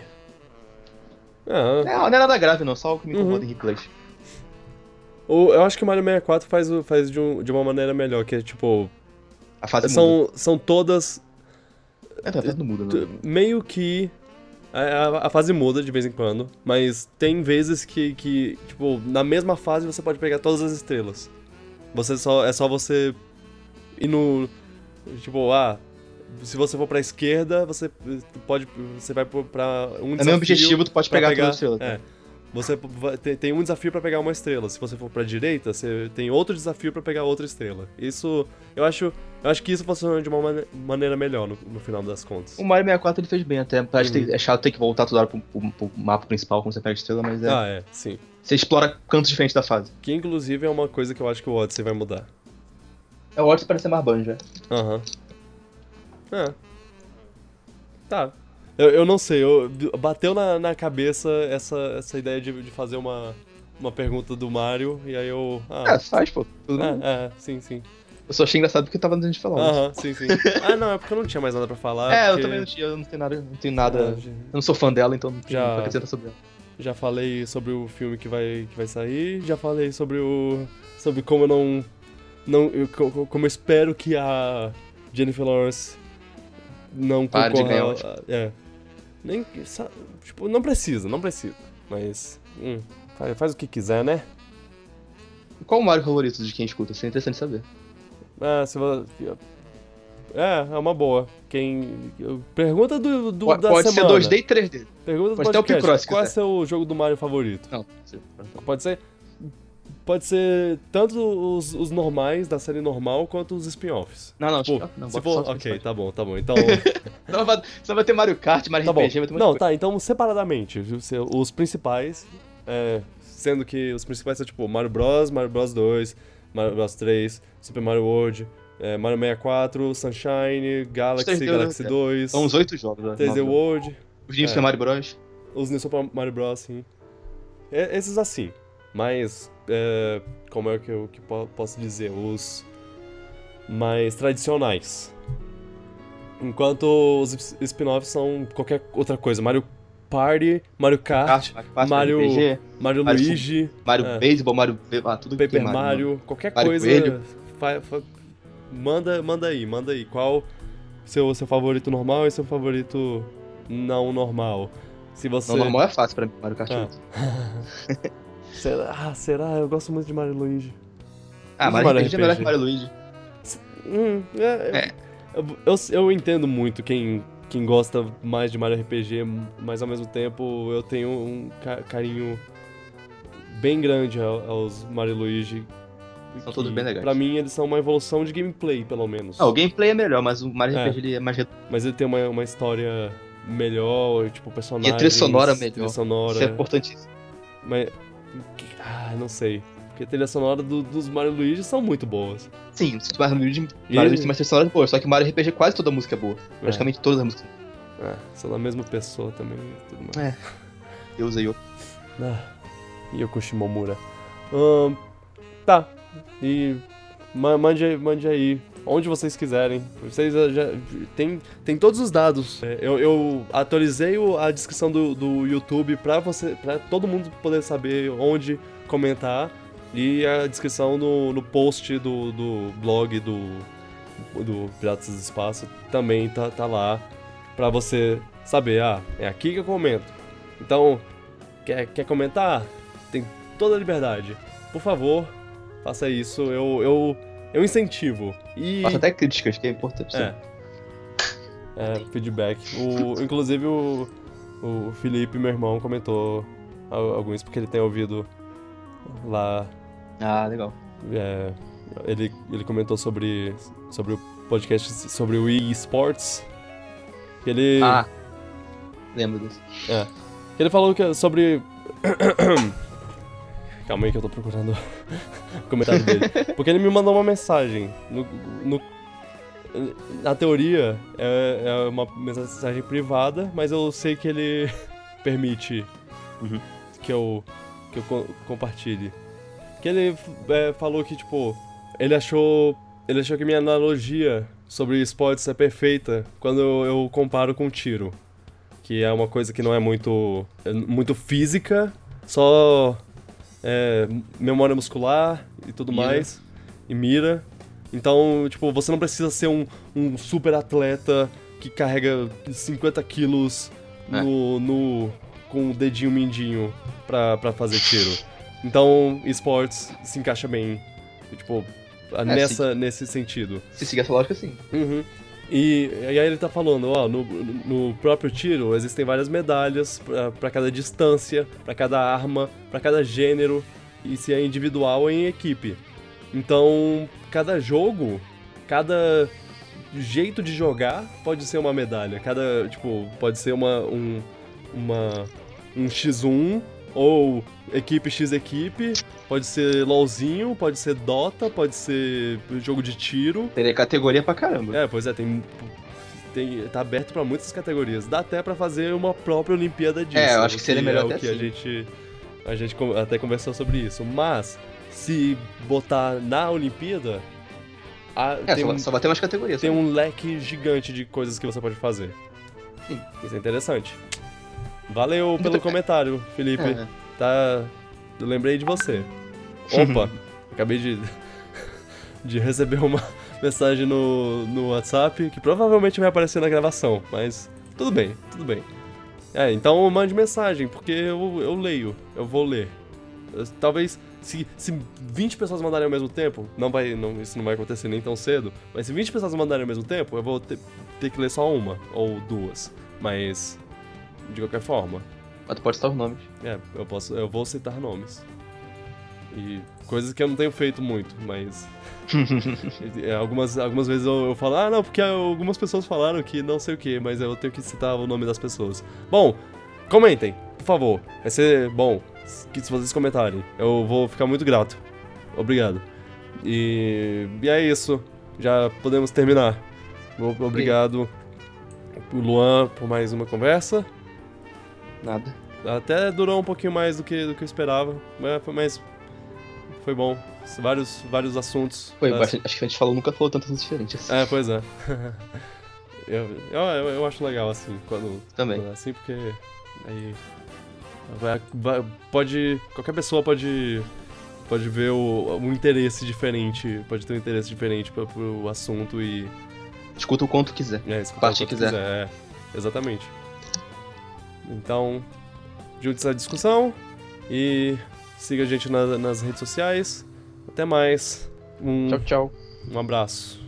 A: Ah,
B: É, não é nada grave não, só o que me incomoda
A: Uhum.
B: em replays.
A: o- eu acho que o Mario 64 faz, o- faz de, um- de uma maneira melhor, que é tipo.
B: A fase muda.
A: São, são todas
B: É, a fase não muda, não.
A: t- meio que A, a fase muda de vez em quando, mas tem vezes que, que, tipo, na mesma fase você pode pegar todas as estrelas. Você só, é só você ir no. Tipo, ah, se você for pra esquerda, você eh, pode. Você vai pro- pra um
B: É meu objetivo, tu pode
A: pra
B: pegar, tá? todas as estrelas.
A: é. Você vai- te- tem um desafio pra pegar uma estrela. Se você for pra direita, você tem outro desafio pra pegar outra estrela. Isso, eu acho, eu acho que isso funciona de uma mane- maneira melhor no, no final das contas.
B: O Mario 64 ele fez bem até. Apesar de
A: Uhum.
B: ter- é chato ter que voltar toda hora pro, pro- pro mapa principal quando você pega a estrela, mas é.
A: Ah, é, sim.
B: Você explora cantos diferentes da fase.
A: Que inclusive é uma coisa que eu acho que o Odyssey vai mudar.
B: É o Odyssey parece ser mais banjo, é.
A: Aham. É. Tá. Eu, eu não sei, eu, bateu na, na cabeça essa, essa ideia de, de fazer uma, uma pergunta do Mario, e aí eu. Ah,
B: Ah, faz, pô. Tudo bem.
A: ah, ah sim, sim.
B: Eu só achei engraçado porque eu tava dando de falar. mas-
A: Aham, sim, sim. Ah, não, é porque eu não tinha mais nada pra falar.
B: é, eu
A: porque-
B: também não tinha, eu não tenho nada. Não tenho
A: Ah,
B: nada.
A: já-
B: Eu não sou fã dela, então não tenho
A: Já-
B: nada pra acrescentar sobre ela.
A: Já falei sobre o filme que vai, que vai sair, já falei sobre o. sobre como eu não. não eu, co- co- como eu espero que a Jennifer Lawrence não
B: Pare de
A: concorra.
B: ganhar
A: ao-
B: Oscar.
A: a- é. Nem. que- sa- Tipo, não precisa, não precisa. Mas. hum, faz, faz o que quiser, né?
B: Qual o Mario favorito de quem escuta? Seria interessante saber.
A: Ah, se você. É, é uma boa. Quem. Pergunta do, do
B: pode
A: da
B: pode ser
A: semana.
B: 2D e 3D.
A: Pergunta do
B: Pode ter o
A: podcast.
B: Picross, se
A: Qual é
B: quiser.
A: seu jogo do Mario favorito?
B: Não.
A: Pode ser. Pode ser tanto os, os normais da série normal quanto os spin-offs.
B: Não, não,
A: Tipo,
B: acho que não.
A: se
B: bota
A: for.
B: só os
A: Ok,
B: principais.
A: tá bom, tá bom. Então.
B: Senão vai, senão vai ter Mario Kart, Mario
A: tá bom.
B: RPG, vai ter um monte de
A: Não,
B: coisa.
A: tá, então separadamente. viu? Se- Os principais. é, sendo que os principais são tipo Mario Bros, Mario Bros 2, Mario Bros 3, Super Mario World, é, Mario 64, Sunshine,
B: Os 3D
A: Galaxy,
B: eu já
A: Galaxy
B: quero.
A: 2,
B: São uns oito jogos. né?
A: 3D
B: Nove
A: World.
B: jogos. Os New
A: é.
B: Super Mario Bros.
A: Os New Super Mario Bros, sim. É, esses assim. Mas, é, como é que eu que po- posso dizer? Os mais tradicionais. Enquanto os sp- spin-offs são qualquer outra coisa. Mario Party, Mario Kart,
B: Kart, Mario Kart,
A: Mario-
B: RPG,
A: Mario,
B: Mario
A: Luigi,
B: Mario
A: É.
B: Baseball, Mario. Ah, tudo que tem
A: Paper Mario, qualquer
B: Mario
A: coisa.
B: Coelho.
A: fa- fa- manda, manda aí, manda aí. Qual seu, seu favorito normal e seu favorito não normal? Se você.
B: Não, normal é fácil pra mim, Mario Kart.
A: Ah.
B: 8.
A: Será? Ah, será? Eu gosto muito de Mario e Luigi.
B: Ah,
A: Mas
B: Mario
A: Mario
B: RPG é melhor
A: RPG.
B: que Mario Luigi.
A: Hum, é, eu, eu, eu entendo muito quem, quem gosta mais de Mario RPG, mas ao mesmo tempo eu tenho um ca- carinho bem grande ao- aos Mario e Luigi.
B: São
A: que,
B: todos bem legais.
A: Pra mim, eles são uma evolução de gameplay, pelo menos.
B: Ah, o gameplay é melhor, mas o Mario
A: É.
B: RPG ele é mais redondo.
A: Mas ele tem uma, uma história melhor, tipo, personagens...
B: E a trilha sonora melhor.
A: Trilha sonora.
B: Isso é importantíssimo.
A: Mas. que- Ah, não sei. Porque a trilha sonora do- dos Mario e Luigi são muito boas.
B: Sim, o Mario Luigi,
A: E-
B: Mario Luigi tem mais trilha sonora boa, só que o Mario RPG quase toda a música é boa. Praticamente todas as músicas.
A: É, é, são da mesma pessoa também e tudo mais.
B: Deus aí, ó.
A: Ah, Yoko Shimomura. Ahn, tá. E. ma- Mande, aí- mande aí. Onde vocês quiserem. Vocês ah, já. Tem, tem todos os dados. É, Eu, eu atualizei o- a descrição do, do YouTube pra, você, pra todo mundo poder saber onde comentar. E a descrição no, no post do, do blog do, do Piratas do Espaço também tá, tá lá. Pra você saber. Ah, é aqui que eu comento. Então, Quer, quer comentar? Tem toda a liberdade. Por favor, faça isso. Eu, eu, eu incentivo. E.
B: Faço até críticas, que é importante.
A: É. É, feedback. O, inclusive, o, o Felipe, meu irmão, comentou al- alguns porque ele tem ouvido lá.
B: Ah, legal.
A: é, ele, ele comentou sobre, sobre o podcast sobre o eSports. Ele.
B: Ah. Lembro disso.
A: Ele falou que- é sobre. Calma aí que eu tô procurando o comentário dele. Porque ele me mandou uma mensagem. No, no- na teoria, é, é uma mensagem privada, mas eu sei que ele permite
B: Uhum.
A: que eu, que eu co- compartilhe. Que ele é, falou que, tipo, ele achou, ele achou que minha analogia sobre esportes é perfeita quando eu, eu comparo com tiro que é uma coisa que não é muito é muito física, só é, memória muscular e tudo
B: Mira.
A: mais e mira. Então, tipo, você não precisa ser um, um super atleta que carrega 50 quilos
B: É.
A: no, no- com o dedinho mindinho pra, pra fazer tiro. Então, esportes se encaixa bem, tipo, nessa, nesse sentido.
B: Se seguir essa lógica, sim.
A: Uhum. E, e aí ele tá falando, ó, no, no próprio tiro existem várias medalhas pra- pra cada distância, pra cada arma, pra cada gênero, e se é individual ou em equipe. Então, cada jogo, cada jeito de jogar pode ser uma medalha. Cada, tipo, pode ser uma um uma um X1 ou equipe X equipe, pode ser LOLzinho, pode ser Dota, pode ser jogo de tiro.
B: Teria categoria pra caramba.
A: É, pois é, tem. tem tá aberto pra muitas categorias. Dá até pra fazer uma própria Olimpíada disso.
B: É, eu acho que seria melhor
A: é o
B: até
A: que a
B: assim.
A: gente. A gente con- até conversou sobre isso. Mas, se botar na Olimpíada. a-
B: É,
A: tem,
B: só,
A: um,
B: só vai ter umas categorias. né?
A: tem
B: sabe?
A: um leque gigante de coisas que você pode fazer.
B: Sim.
A: Isso é interessante. Valeu pelo
B: bem.
A: comentário, Felipe.
B: É.
A: Tá. Eu lembrei de você. Opa! acabei de. de receber uma mensagem no, no WhatsApp que provavelmente vai aparecer na gravação, mas tudo bem, tudo bem. É, então mande mensagem, porque eu, eu leio, eu vou ler. Eu- Talvez se, se 20 pessoas mandarem ao mesmo tempo, não vai, não, isso não vai acontecer nem tão cedo, mas se 20 pessoas mandarem ao mesmo tempo, eu vou ter, ter que ler só uma ou duas. Mas, de qualquer forma,
B: Mas tu pode citar os nomes.
A: é, eu posso, eu vou citar nomes. E coisas que eu não tenho feito muito, mas é, algumas algumas vezes eu, eu falo, ah, não, porque algumas pessoas falaram que não sei o que, mas eu tenho que citar o nome das pessoas. Bom, comentem, por favor. Vai ser bom que se vocês comentarem. Eu vou ficar muito grato. Obrigado. E, e é isso. Já podemos terminar. O- Obrigado, o Luan, por mais uma conversa.
B: Nada.
A: Até durou um pouquinho mais do que, do que eu esperava, mas foi, mas foi bom. Vários, vários assuntos.
B: Foi,
A: Tá-
B: bastante- acho que a gente falou, nunca falou tantas coisas diferentes assim.
A: É, pois é. eu, eu, eu, eu acho legal assim, quando,
B: Também.
A: quando é assim, porque aí vai- vai- pode qualquer pessoa pode pode ver o, um interesse diferente, pode ter um interesse diferente pro, pro assunto e
B: Escuta o quanto quiser.
A: é, escutar
B: Parte
A: o
B: que
A: quanto
B: quiser.
A: é, exatamente. Então, junte-se à discussão e siga a gente na- nas redes sociais. Até mais. Um,
B: Tchau, tchau.
A: um abraço.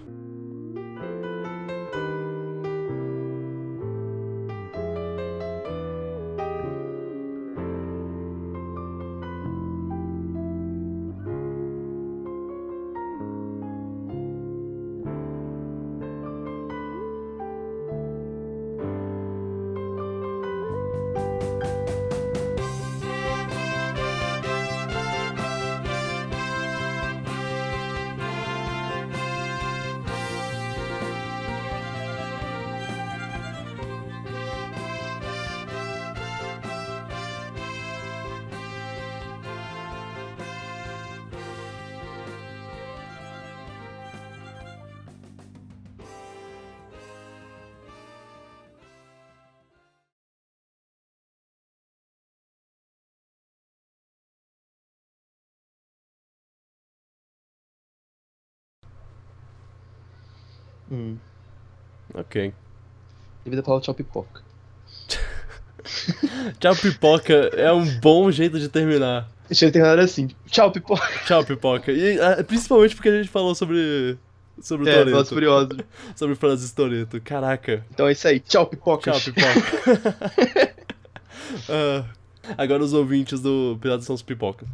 B: Hum.
A: Ok.
B: Devia falar tchau pipoca.
A: Tchau, pipoca. é um bom jeito de terminar.
B: Deixa eu terminar assim. Tchau, pipoca.
A: Tchau, pipoca. E, ah, principalmente porque a gente falou sobre. Sobre o
B: É,
A: Toreto.
B: nós
A: Sobre...
B: furiosos.
A: frases de Toreto. Caraca.
B: Então é isso aí. Tchau, pipoca.
A: Tchau, pipoca. Ah, agora os ouvintes do Piratas são os pipocas.